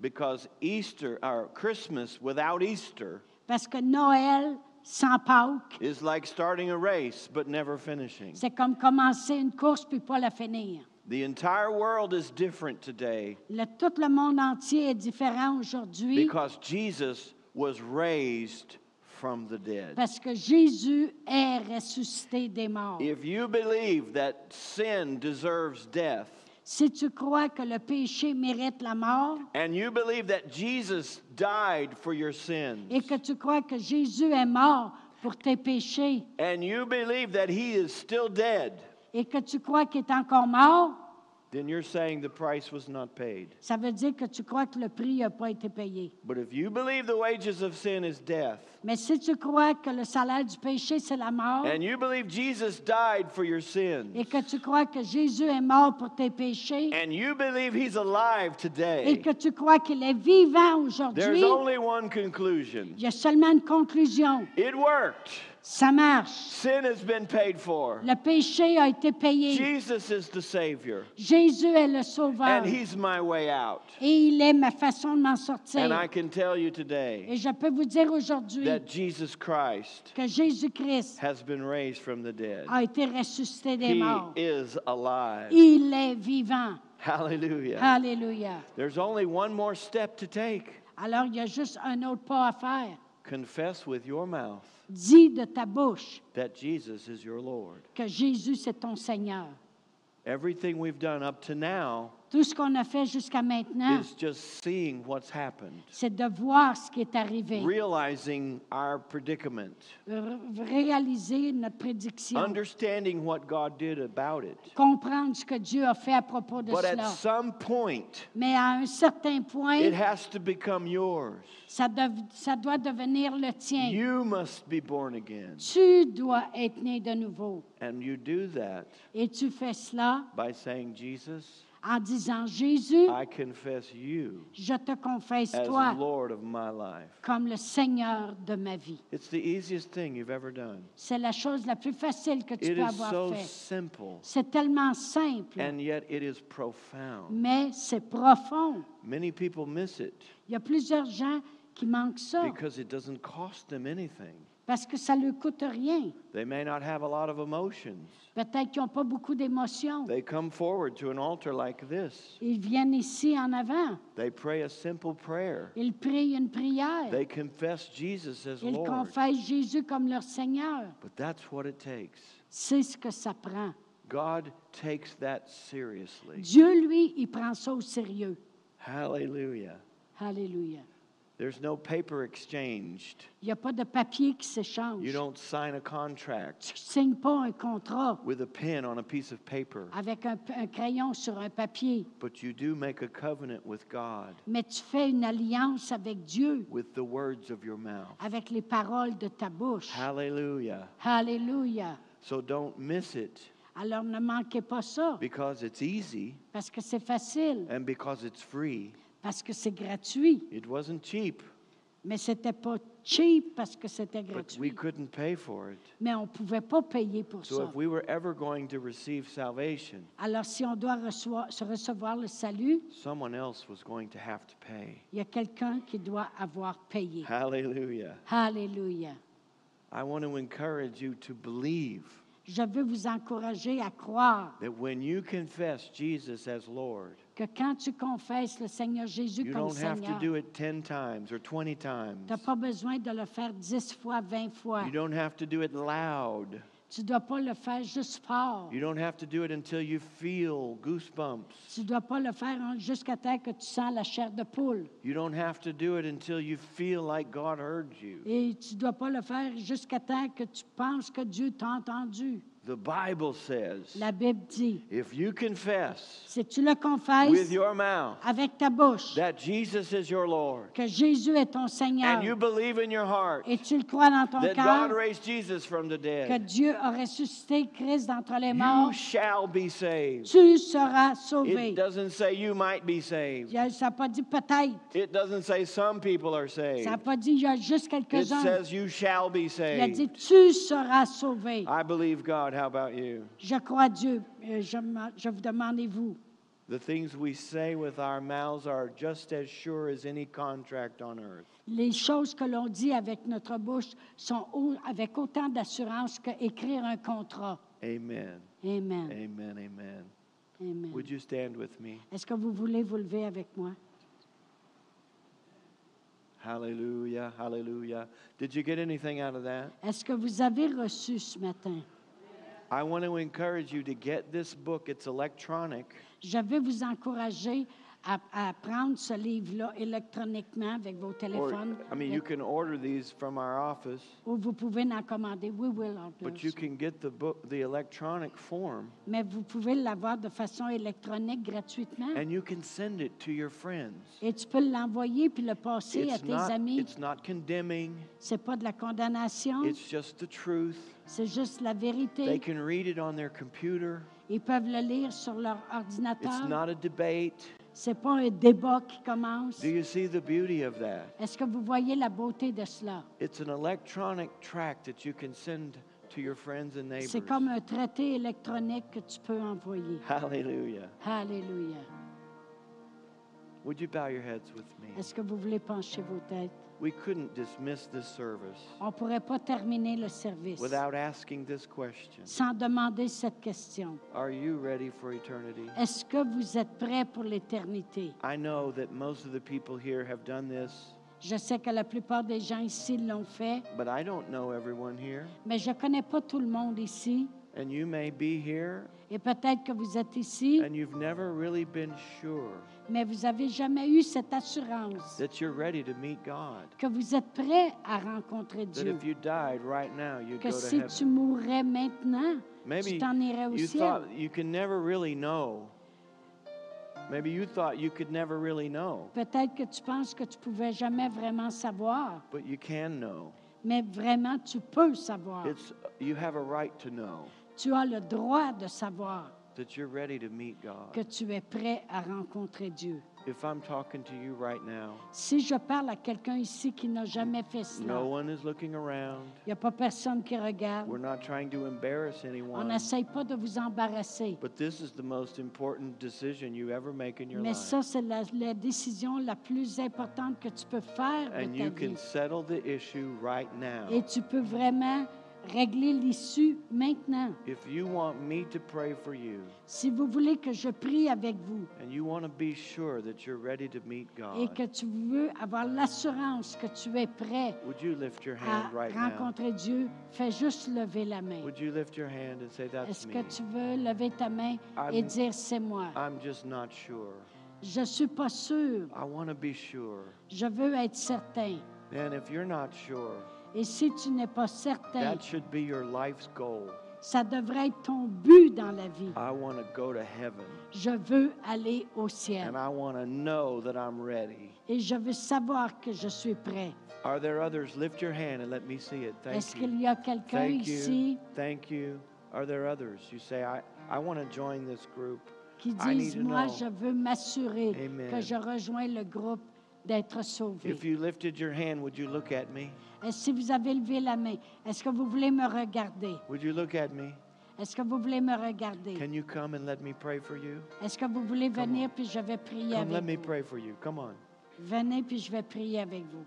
Speaker 2: Because Easter, or Christmas without Easter,
Speaker 1: Parce que Noël sans Pâques,
Speaker 2: is like starting a race but never finishing.
Speaker 1: c'est comme commencer une course puis pas la finir.
Speaker 2: The entire world is different today
Speaker 1: Le- tout le monde entier est différent aujourd'hui
Speaker 2: because Jesus was raised from the dead.
Speaker 1: parce que Jésus est ressuscité des morts.
Speaker 2: If you believe that sin deserves death,
Speaker 1: Si tu crois que le péché mérite la mort
Speaker 2: and you believe that Jesus died for your sins,
Speaker 1: et que tu crois que Jésus est mort pour tes péchés
Speaker 2: and you believe that he is still dead,
Speaker 1: et que tu crois qu'il est encore mort,
Speaker 2: then you're saying the price was not paid.
Speaker 1: ça veut dire que tu crois que le prix n'a pas été payé.
Speaker 2: But if you believe the wages of sin is death,
Speaker 1: Mais si tu crois que le salaire du péché, c'est la mort
Speaker 2: and you believe Jesus died for your sins,
Speaker 1: et que tu crois que Jésus est mort pour tes péchés
Speaker 2: and you believe he's alive
Speaker 1: et
Speaker 2: today,
Speaker 1: que tu crois qu'il est vivant
Speaker 2: there's
Speaker 1: aujourd'hui,
Speaker 2: only one conclusion.
Speaker 1: il y a seulement une conclusion.
Speaker 2: It worked.
Speaker 1: Ça marche.
Speaker 2: Sin has been paid for.
Speaker 1: Le péché a été payé.
Speaker 2: Jesus is the Savior,
Speaker 1: Jésus est le sauveur.
Speaker 2: and He's my way out.
Speaker 1: Et il est ma façon de m'en
Speaker 2: And I
Speaker 1: sortir.
Speaker 2: can tell you today
Speaker 1: Et je peux vous dire aujourd'hui
Speaker 2: that Jesus Christ
Speaker 1: que Jésus-Christ
Speaker 2: has been raised from the dead.
Speaker 1: a été ressuscité des
Speaker 2: He
Speaker 1: morts.
Speaker 2: is alive.
Speaker 1: Il est vivant.
Speaker 2: Hallelujah.
Speaker 1: Alléluia.
Speaker 2: There's only one more step to take
Speaker 1: Alors, il y a juste un autre pas à faire.
Speaker 2: confess with your mouth
Speaker 1: Dis de ta bouche
Speaker 2: that Jesus is your Lord.
Speaker 1: que Jésus, c'est ton Seigneur.
Speaker 2: Everything we've done up to now
Speaker 1: Tout ce qu'on a fait jusqu'à maintenant,
Speaker 2: is just seeing what's happened,
Speaker 1: c'est de voir ce qui est arrivé,
Speaker 2: realizing our predicament.
Speaker 1: r- réaliser notre prédiction,
Speaker 2: understanding what God did about it.
Speaker 1: comprendre ce que Dieu a fait à propos de
Speaker 2: But at
Speaker 1: cela.
Speaker 2: some point,
Speaker 1: Mais à un certain point,
Speaker 2: it has to become yours.
Speaker 1: ça, dev- ça doit devenir le tien.
Speaker 2: You must be born again.
Speaker 1: Tu dois être né de nouveau.
Speaker 2: And you do that
Speaker 1: Et tu fais cela
Speaker 2: by saying, Jesus,
Speaker 1: en disant, Jésus,
Speaker 2: I confess you
Speaker 1: je te confesse
Speaker 2: as
Speaker 1: toi
Speaker 2: Lord of my life.
Speaker 1: comme le Seigneur de ma vie.
Speaker 2: It's the easiest thing you've ever done.
Speaker 1: C'est la chose la plus facile que tu
Speaker 2: It
Speaker 1: peux
Speaker 2: is
Speaker 1: avoir
Speaker 2: so
Speaker 1: faite.
Speaker 2: simple,
Speaker 1: C'est tellement simple,
Speaker 2: and yet it is profound.
Speaker 1: mais c'est profond.
Speaker 2: Many people miss it
Speaker 1: Il y a plusieurs gens qui manquent ça
Speaker 2: because it doesn't cost them anything.
Speaker 1: parce que ça ne leur coûte rien.
Speaker 2: They may not have a lot of emotions.
Speaker 1: Peut-être qu'ils n'ont pas beaucoup d'émotions.
Speaker 2: They come forward to an altar like this.
Speaker 1: Ils viennent ici en avant.
Speaker 2: They pray a simple prayer.
Speaker 1: Ils prient une prière.
Speaker 2: They confess Jesus as
Speaker 1: Ils
Speaker 2: Lord.
Speaker 1: confessent Jésus comme leur Seigneur.
Speaker 2: But that's what it takes.
Speaker 1: C'est ce que ça prend.
Speaker 2: God takes that seriously.
Speaker 1: Dieu, lui, il prend ça au sérieux.
Speaker 2: Hallelujah.
Speaker 1: Alléluia.
Speaker 2: There's no paper exchanged.
Speaker 1: Il n'y a pas de papier qui
Speaker 2: You
Speaker 1: s'échange.
Speaker 2: don't sign a contract
Speaker 1: Tu ne signes pas un contrat
Speaker 2: with a pen on a piece of paper,
Speaker 1: avec un, un crayon sur un papier,
Speaker 2: but you do make a covenant with God
Speaker 1: mais tu fais une alliance avec Dieu,
Speaker 2: with the words of your mouth.
Speaker 1: avec les paroles de ta bouche.
Speaker 2: Hallelujah.
Speaker 1: Alléluia.
Speaker 2: So don't miss it
Speaker 1: Alors ne manquez pas ça,
Speaker 2: because it's easy
Speaker 1: parce que c'est facile,
Speaker 2: and because it's free.
Speaker 1: parce que c'est gratuit.
Speaker 2: It wasn't cheap,
Speaker 1: Mais c'était pas cheap parce que c'était
Speaker 2: but we
Speaker 1: gratuit.
Speaker 2: couldn't pay for it.
Speaker 1: Mais on ne pouvait pas payer pour
Speaker 2: So
Speaker 1: ça.
Speaker 2: if we were ever going to receive salvation,
Speaker 1: Alors si on doit reçoit- se recevoir le salut,
Speaker 2: someone else was going to have to pay.
Speaker 1: il y a quelqu'un qui doit avoir payé.
Speaker 2: Hallelujah.
Speaker 1: Alléluia.
Speaker 2: I want to encourage you to believe
Speaker 1: Je veux vous encourager à croire
Speaker 2: that when you confess Jesus as Lord,
Speaker 1: que quand tu confesses le Seigneur Jésus
Speaker 2: you
Speaker 1: comme
Speaker 2: don't have to
Speaker 1: Seigneur,
Speaker 2: do
Speaker 1: tu
Speaker 2: it 10 times or 20 times.
Speaker 1: n'as pas besoin de le faire dix fois, vingt fois.
Speaker 2: You don't have to do it loud.
Speaker 1: Tu ne dois pas le faire juste fort.
Speaker 2: You don't have to do it until you feel goosebumps.
Speaker 1: Tu ne dois pas le faire en- jusqu'à temps que tu sens la chair de poule.
Speaker 2: You don't have to do it until you feel like God heard you.
Speaker 1: Et tu ne dois pas le faire jusqu'à temps que tu penses que Dieu t'a entendu.
Speaker 2: The Bible says
Speaker 1: La Bible dit,
Speaker 2: if you confess
Speaker 1: si tu le
Speaker 2: with
Speaker 1: confesses
Speaker 2: your mouth
Speaker 1: avec ta bouche
Speaker 2: that Jesus is your Lord
Speaker 1: que Jésus est ton Seigneur
Speaker 2: and you believe in your heart
Speaker 1: et tu le crois dans ton
Speaker 2: that God
Speaker 1: cœur
Speaker 2: raised Jesus from the
Speaker 1: que
Speaker 2: dead,
Speaker 1: Dieu a ressuscité Christ d'entre les morts,
Speaker 2: you shall be saved.
Speaker 1: tu seras
Speaker 2: It
Speaker 1: sauvé.
Speaker 2: doesn't say you might be saved.
Speaker 1: Il- Ça n'a pas dit peut-être.
Speaker 2: It doesn't say some people are saved.
Speaker 1: Ça n'a pas dit il y a juste
Speaker 2: It
Speaker 1: quelques-uns.
Speaker 2: says you shall be
Speaker 1: Il a dit
Speaker 2: saved.
Speaker 1: tu seras sauvé.
Speaker 2: I believe God. How about you?
Speaker 1: Je crois Dieu. Euh, Je, me- je vous demande et vous.
Speaker 2: The things we say with our mouths are just as sure as any contract on earth.
Speaker 1: Les choses que l'on dit avec notre bouche sont au- avec autant d'assurance qu'écrire un contrat.
Speaker 2: Amen.
Speaker 1: Amen.
Speaker 2: Amen. Amen.
Speaker 1: Amen.
Speaker 2: Would you stand with me?
Speaker 1: Est-ce que vous voulez vous lever avec moi?
Speaker 2: Hallelujah. Hallelujah. Did you get anything out of that?
Speaker 1: Est-ce que vous avez reçu ce matin?
Speaker 2: I want to encourage you to get this book. It's electronic.
Speaker 1: Je vais vous encourager à, à prendre ce livre-là électroniquement avec vos
Speaker 2: Or,
Speaker 1: téléphones. euh,
Speaker 2: I mean, you can order these from our office,
Speaker 1: Ou vous pouvez en commander. We will order.
Speaker 2: but you can get the book, the electronic form,
Speaker 1: Mais vous pouvez l'avoir de façon électronique gratuitement.
Speaker 2: and you can send it to your friends.
Speaker 1: Et tu peux l'envoyer puis le passer à
Speaker 2: It's
Speaker 1: tes
Speaker 2: not,
Speaker 1: amis.
Speaker 2: it's not condemning.
Speaker 1: C'est pas de la condamnation,
Speaker 2: It's just the truth.
Speaker 1: c'est juste la
Speaker 2: They
Speaker 1: vérité.
Speaker 2: can read it on their computer.
Speaker 1: Ils peuvent le lire sur leur
Speaker 2: It's
Speaker 1: ordinateur.
Speaker 2: not a debate.
Speaker 1: C'est pas un débat qui commence.
Speaker 2: Do you see the beauty of that?
Speaker 1: Est-ce que vous voyez la beauté de cela?
Speaker 2: It's an electronic tract that you can send to your friends and neighbors.
Speaker 1: C'est comme un traité électronique que tu peux envoyer.
Speaker 2: Hallelujah.
Speaker 1: Alléluia.
Speaker 2: Would you bow your heads with me?
Speaker 1: Est-ce que vous voulez pencher vos têtes?
Speaker 2: We couldn't dismiss this service
Speaker 1: On ne pourrait pas terminer le service
Speaker 2: without asking this question
Speaker 1: sans demander cette question.
Speaker 2: Are you ready for eternity?
Speaker 1: Est-ce que vous êtes prêts pour l'éternité?
Speaker 2: I know that most of the people here have done this,
Speaker 1: Je sais que la plupart des gens ici l'ont fait,
Speaker 2: but I don't know everyone here.
Speaker 1: mais je ne connais pas tout le monde ici.
Speaker 2: And you may be here
Speaker 1: Et peut-être que vous êtes ici,
Speaker 2: and you've never really been sure
Speaker 1: mais vous n'avez jamais eu cette assurance
Speaker 2: that you're ready to meet God.
Speaker 1: que vous êtes prêt à rencontrer
Speaker 2: That
Speaker 1: Dieu.
Speaker 2: if you died right now, you'd
Speaker 1: Que
Speaker 2: go to
Speaker 1: si tu
Speaker 2: heaven.
Speaker 1: mourrais maintenant, tu
Speaker 2: Maybe
Speaker 1: t'en irais au
Speaker 2: you
Speaker 1: ciel.
Speaker 2: thought you can never really know. Maybe you thought you could never really know,
Speaker 1: Peut-être que tu penses que tu ne pouvais jamais vraiment savoir,
Speaker 2: but you can know.
Speaker 1: mais vraiment, tu peux savoir.
Speaker 2: It's you have a right to know
Speaker 1: Tu as le droit de savoir
Speaker 2: that you're ready to meet
Speaker 1: que
Speaker 2: God.
Speaker 1: tu es prêt à rencontrer Dieu.
Speaker 2: If I'm talking to you right now,
Speaker 1: Si je parle à quelqu'un ici qui n'a jamais fait cela,
Speaker 2: no one is looking around.
Speaker 1: il n'y a pas personne qui regarde.
Speaker 2: We're not trying to embarrass
Speaker 1: On
Speaker 2: anyone.
Speaker 1: n'essaye pas de vous embarrasser.
Speaker 2: But this is the most important decision you ever make in your
Speaker 1: Mais
Speaker 2: life.
Speaker 1: ça, c'est la, la décision la plus importante que tu peux faire
Speaker 2: And
Speaker 1: de ta
Speaker 2: you can
Speaker 1: vie.
Speaker 2: settle the issue right now.
Speaker 1: Et tu peux vraiment régler l'issue maintenant.
Speaker 2: If you want me to pray for you
Speaker 1: Si vous voulez que je prie avec vous
Speaker 2: and you want to be sure that you're ready to meet
Speaker 1: et
Speaker 2: God,
Speaker 1: que tu veux avoir l'assurance que tu es prêt
Speaker 2: would you lift your
Speaker 1: à
Speaker 2: hand right now?
Speaker 1: rencontrer Dieu, fais juste lever la main.
Speaker 2: Would you lift your hand and say, That's
Speaker 1: Est-ce
Speaker 2: me?
Speaker 1: que tu veux lever ta main et
Speaker 2: I'm-
Speaker 1: dire c'est moi?
Speaker 2: I'm just not sure.
Speaker 1: Je suis pas sûr.
Speaker 2: I want to be sure.
Speaker 1: Je veux être certain.
Speaker 2: And if you're not sure,
Speaker 1: Et si tu n'es pas certain,
Speaker 2: that should be your life's goal.
Speaker 1: ça devrait être ton but dans la vie.
Speaker 2: I want to go to heaven
Speaker 1: Je veux aller au ciel.
Speaker 2: and I want to know that I'm ready.
Speaker 1: Et je veux savoir que je suis prêt.
Speaker 2: Are there others? Lift your hand and let me see it.
Speaker 1: Est-ce
Speaker 2: Thank you.
Speaker 1: qu'il y a quelqu'un
Speaker 2: Thank
Speaker 1: ici
Speaker 2: you. Thank you. Are there others? You say, I, I want to join this group.
Speaker 1: qui
Speaker 2: I need
Speaker 1: dise,
Speaker 2: to
Speaker 1: moi,
Speaker 2: know.
Speaker 1: je veux m'assurer
Speaker 2: Amen.
Speaker 1: que je rejoins le groupe d'être sauvé?
Speaker 2: If you lifted your hand, would you look at me?
Speaker 1: Est-ce- Si vous avez levé la main, est-ce que vous voulez me regarder?
Speaker 2: Would you look at me?
Speaker 1: Est-ce que vous voulez me regarder?
Speaker 2: Can you come and let me pray for you?
Speaker 1: Est-ce que vous voulez venir puis je vais prier
Speaker 2: Come, let me
Speaker 1: avec vous?
Speaker 2: pray for you. Come on.
Speaker 1: Venez puis je vais prier avec vous.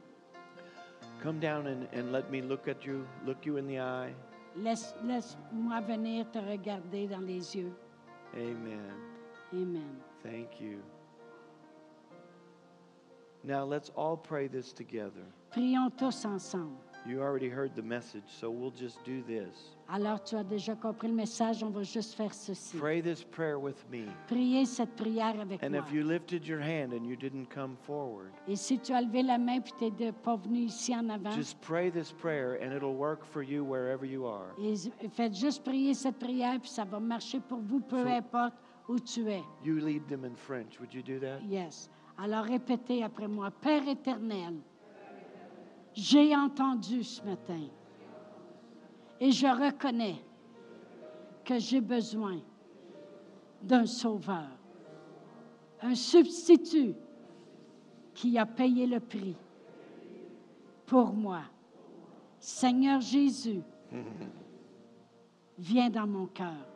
Speaker 2: Come down and, and let me look at you, look you in the eye.
Speaker 1: Laisse- Laisse-moi venir te regarder dans les yeux.
Speaker 2: Amen.
Speaker 1: Amen.
Speaker 2: Thank you. Now let's all pray this together.
Speaker 1: Prions tous ensemble.
Speaker 2: You already heard the message, so we'll just do this.
Speaker 1: Alors tu as déjà compris le message, on va juste faire ceci.
Speaker 2: Pray this prayer with me.
Speaker 1: Priez cette prière avec
Speaker 2: And
Speaker 1: moi.
Speaker 2: if you lifted your hand and you didn't come forward,
Speaker 1: Et si tu as levé la main puis tu n'es pas venu ici en avant,
Speaker 2: just pray this prayer and it'll work for you wherever you are.
Speaker 1: et s- faites juste prier cette prière puis ça va marcher pour vous, peu
Speaker 2: So-
Speaker 1: importe où tu es.
Speaker 2: You lead them in French. Would you do that?
Speaker 1: Yes. Alors répétez après moi. Père éternel, j'ai entendu ce matin et je reconnais que j'ai besoin d'un sauveur, un substitut qui a payé le prix pour moi. Seigneur Jésus, viens dans mon cœur.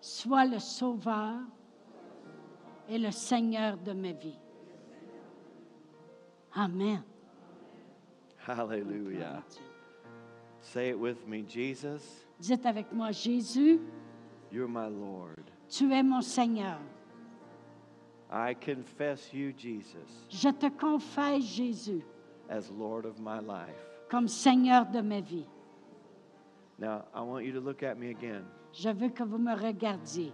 Speaker 1: Sois le sauveur et le Seigneur de ma vie. Amen.
Speaker 2: Hallelujah. Say it with me Jesus,
Speaker 1: Dites avec moi, Jésus,
Speaker 2: you're my Lord.
Speaker 1: tu es mon Seigneur.
Speaker 2: I confess you, Jesus,
Speaker 1: Je te confesse, Jésus,
Speaker 2: as Lord of my life.
Speaker 1: comme Seigneur de ma vie.
Speaker 2: Now, I want you to look at me again.
Speaker 1: Je veux que vous me regardiez.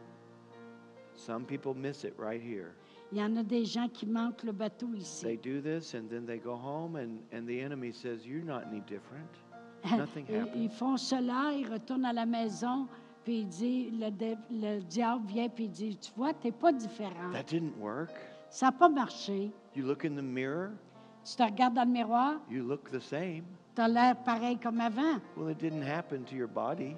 Speaker 2: Some people miss it right here.
Speaker 1: Il y en a des gens qui manquent le bateau
Speaker 2: They
Speaker 1: ici.
Speaker 2: do this and then they go home, and, and the enemy says, You're not any different. Nothing
Speaker 1: Ils-
Speaker 2: happened.
Speaker 1: Ils font cela, ils retournent à la maison, puis ils disent, le, dé- le diable vient, puis il dit, tu vois, tu n'es pas différent.
Speaker 2: That didn't work.
Speaker 1: Ça n'a pas marché.
Speaker 2: You look in the mirror,
Speaker 1: Tu te regardes dans le miroir,
Speaker 2: you look the same.
Speaker 1: tu as l'air pareil comme avant.
Speaker 2: Well, it didn't happen to your body.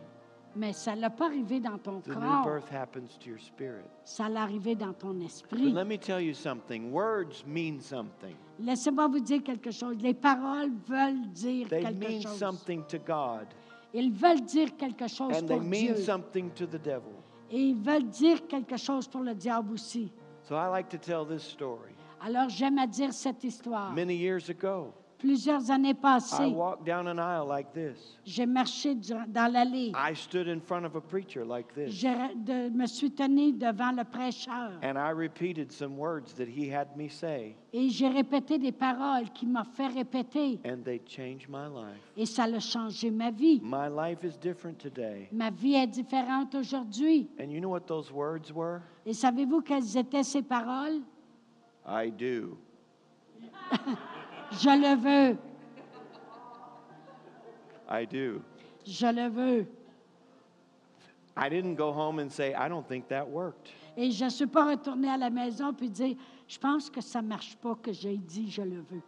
Speaker 1: Mais ça l'a pas arrivé dans ton
Speaker 2: The new
Speaker 1: corps,
Speaker 2: birth happens to your spirit.
Speaker 1: ça l'a arrivé dans ton
Speaker 2: But
Speaker 1: esprit.
Speaker 2: let me tell you something words mean something,
Speaker 1: Laissez-moi vous dire quelque chose. Les paroles veulent dire
Speaker 2: they
Speaker 1: quelque
Speaker 2: mean
Speaker 1: chose.
Speaker 2: something to God,
Speaker 1: Ils veulent dire quelque chose
Speaker 2: and they
Speaker 1: pour Dieu.
Speaker 2: mean something to the devil.
Speaker 1: Et ils veulent dire quelque chose pour le diable aussi.
Speaker 2: So I like to tell this story.
Speaker 1: Alors j'aime à dire cette histoire.
Speaker 2: Many years ago,
Speaker 1: Plusieurs années
Speaker 2: I
Speaker 1: passées,
Speaker 2: walked down an aisle like this.
Speaker 1: j'ai marché durant- dans l'allée.
Speaker 2: I stood in front of a preacher like this,
Speaker 1: Je re- de- me suis tenue devant le prêcheur
Speaker 2: and I repeated some words that he had me say,
Speaker 1: et j'ai répété des paroles qu'il m'a fait répéter
Speaker 2: and they changed my life.
Speaker 1: et ça a changé ma vie.
Speaker 2: My life is different today.
Speaker 1: Ma vie est différente aujourd'hui.
Speaker 2: And you know what those words were?
Speaker 1: Et savez-vous quelles étaient ces paroles?
Speaker 2: I do.
Speaker 1: Je le veux,
Speaker 2: I do.
Speaker 1: je le veux.
Speaker 2: I didn't go home and say, I don't think that worked.
Speaker 1: Et je ne suis pas retournée à la maison puis dire, je pense que ça ne marche pas que j'ai dit je le veux.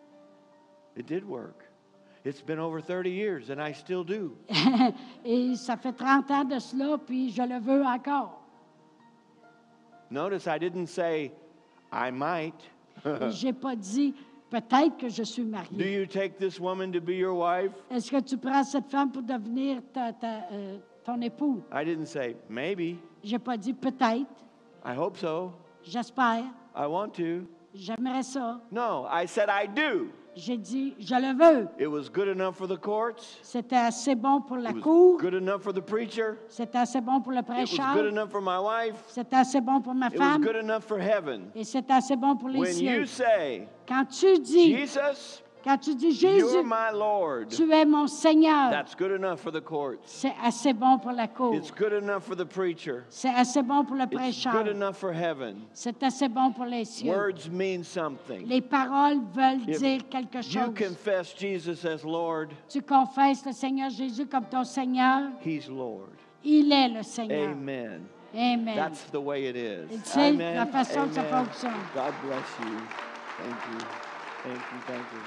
Speaker 1: [LAUGHS]
Speaker 2: It did work. It's been over 30 years, and I still do.
Speaker 1: Et ça fait 30 ans de cela, puis je le veux encore.
Speaker 2: Notice I didn't say, I might.
Speaker 1: Et je n'ai pas dit, peut-être que je suis
Speaker 2: Do
Speaker 1: mariée.
Speaker 2: you take this woman to be your wife?
Speaker 1: Est-ce que tu prends cette femme pour devenir ta- ta, euh, ton époux?
Speaker 2: I didn't say, maybe.
Speaker 1: Je n'ai pas dit peut-être,
Speaker 2: I hope so.
Speaker 1: j'espère,
Speaker 2: I want to.
Speaker 1: j'aimerais ça.
Speaker 2: No, I said, I do.
Speaker 1: J'ai dit, je le veux.
Speaker 2: It was good enough for the courts.
Speaker 1: C'était assez bon pour la
Speaker 2: It was
Speaker 1: cour.
Speaker 2: good enough for the preacher.
Speaker 1: C'était assez bon pour le
Speaker 2: It was good
Speaker 1: prêcheur.
Speaker 2: enough for my wife.
Speaker 1: C'était assez bon pour ma
Speaker 2: It was
Speaker 1: femme.
Speaker 2: good enough for heaven.
Speaker 1: Et c'était assez bon pour les
Speaker 2: When
Speaker 1: cieux.
Speaker 2: you say,
Speaker 1: Quand tu dis,
Speaker 2: Jesus,
Speaker 1: quand tu dis
Speaker 2: you're
Speaker 1: Jésus,
Speaker 2: my Lord,
Speaker 1: tu es mon Seigneur,
Speaker 2: that's good enough for the courts.
Speaker 1: c'est assez bon pour la cour.
Speaker 2: It's good enough for the preacher.
Speaker 1: C'est assez bon pour le
Speaker 2: It's good
Speaker 1: prêcheur.
Speaker 2: enough for heaven.
Speaker 1: C'est assez bon pour les cieux.
Speaker 2: Words mean something.
Speaker 1: Les paroles veulent
Speaker 2: If
Speaker 1: dire quelque
Speaker 2: You
Speaker 1: chose.
Speaker 2: confess Jesus as Lord,
Speaker 1: Tu confesses le Seigneur Jésus comme ton Seigneur.
Speaker 2: He's Lord.
Speaker 1: Il est le Seigneur.
Speaker 2: Amen.
Speaker 1: Amen.
Speaker 2: That's the way it is.
Speaker 1: Et c'est la façon que ça
Speaker 2: Amen.
Speaker 1: fonctionne.
Speaker 2: God bless you. Thank you. Thank you. Thank you.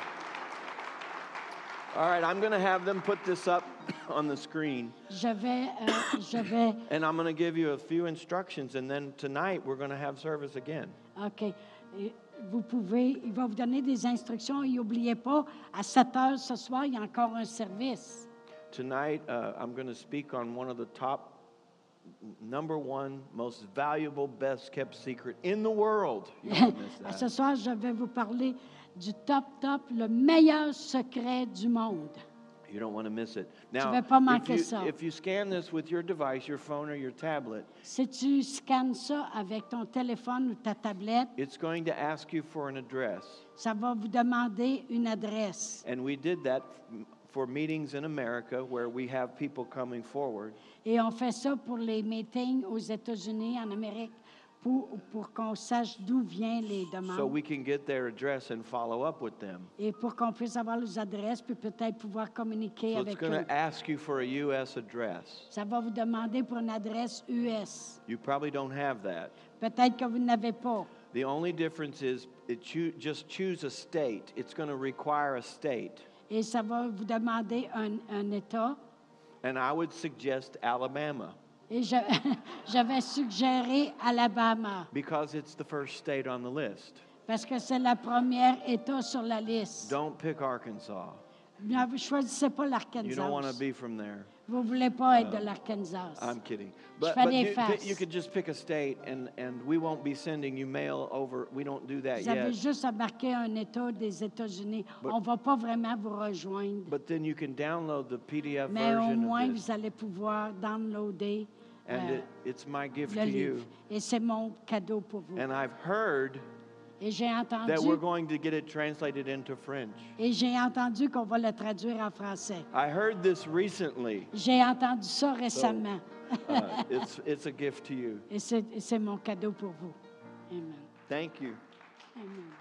Speaker 2: All right, I'm going to have them put this up [COUGHS] on the screen,
Speaker 1: Je vais, euh, je vais
Speaker 2: and I'm going to give you a few instructions, and then tonight we're going to have service again.
Speaker 1: OK. Et Vous pouvez, il va vous donner des instructions et n'oubliez pas, à 7 heures ce soir, il y a encore un service.
Speaker 2: Tonight, uh, I'm going to speak on one of the top, n- number one, most valuable, best kept secret in the world. You won't miss
Speaker 1: [LAUGHS] À
Speaker 2: that.
Speaker 1: ce soir, je vais vous parler du top, top, le meilleur secret du monde.
Speaker 2: You don't want to miss it. Now,
Speaker 1: vas pas
Speaker 2: if
Speaker 1: manquer
Speaker 2: you,
Speaker 1: ça.
Speaker 2: if you scan this with your device, your phone or your tablet,
Speaker 1: Si tu scannes ça avec ton téléphone ou ta tablette,
Speaker 2: it's going to ask you for an address.
Speaker 1: ça va vous demander une adresse.
Speaker 2: And we did that f- for meetings in America where we have people coming forward.
Speaker 1: Et on fait ça pour les meetings aux États-Unis, en Amérique, pour, pour qu'on sache d'où viennent les demandes
Speaker 2: So we can get their address and follow up with them.
Speaker 1: et pour qu'on puisse avoir les adresses puis peut-être pouvoir communiquer
Speaker 2: So it's
Speaker 1: avec
Speaker 2: going
Speaker 1: eux.
Speaker 2: to ask you for a U.S. address.
Speaker 1: Ça va vous demander pour une adresse US.
Speaker 2: You probably don't have that.
Speaker 1: Peut-être que vous n'avez pas.
Speaker 2: The only difference is it choo- just choose a state. It's going to require a state.
Speaker 1: Et ça va vous demander un, un État.
Speaker 2: And I would suggest Alabama
Speaker 1: Et je, [LAUGHS] je vais suggérer Alabama
Speaker 2: because it's the first state on the list.
Speaker 1: parce que c'est la première État sur la liste.
Speaker 2: Don't pick Arkansas.
Speaker 1: Ne vous choisissez pas
Speaker 2: You don't want
Speaker 1: l'Arkansas.
Speaker 2: to be from there.
Speaker 1: Vous voulez pas être de l'Arkansas.
Speaker 2: I'm kidding. But,
Speaker 1: fais
Speaker 2: but
Speaker 1: des
Speaker 2: you,
Speaker 1: farces.
Speaker 2: you could just pick a state and, and we won't be sending you mail over. We don't do that
Speaker 1: Vous avez
Speaker 2: yet.
Speaker 1: juste à marquer un État des États-Unis.
Speaker 2: But-
Speaker 1: On va pas vraiment vous rejoindre,
Speaker 2: But then you can download the PDF
Speaker 1: mais au
Speaker 2: version
Speaker 1: moins
Speaker 2: of this.
Speaker 1: vous allez pouvoir downloader
Speaker 2: And
Speaker 1: euh,
Speaker 2: it, it's my gift
Speaker 1: le
Speaker 2: to
Speaker 1: livre.
Speaker 2: you.
Speaker 1: Et c'est mon cadeau pour vous.
Speaker 2: And I've heard
Speaker 1: Et j'ai
Speaker 2: that we're
Speaker 1: entendu,
Speaker 2: going to get it translated into French.
Speaker 1: et j'ai entendu qu'on va le traduire en français.
Speaker 2: I heard this
Speaker 1: [LAUGHS]
Speaker 2: recently.
Speaker 1: J'ai entendu ça récemment.
Speaker 2: Uh, it's, it's a gift to you.
Speaker 1: Et c'est et c'est mon cadeau pour vous. Amen.
Speaker 2: Thank you.
Speaker 1: Amen.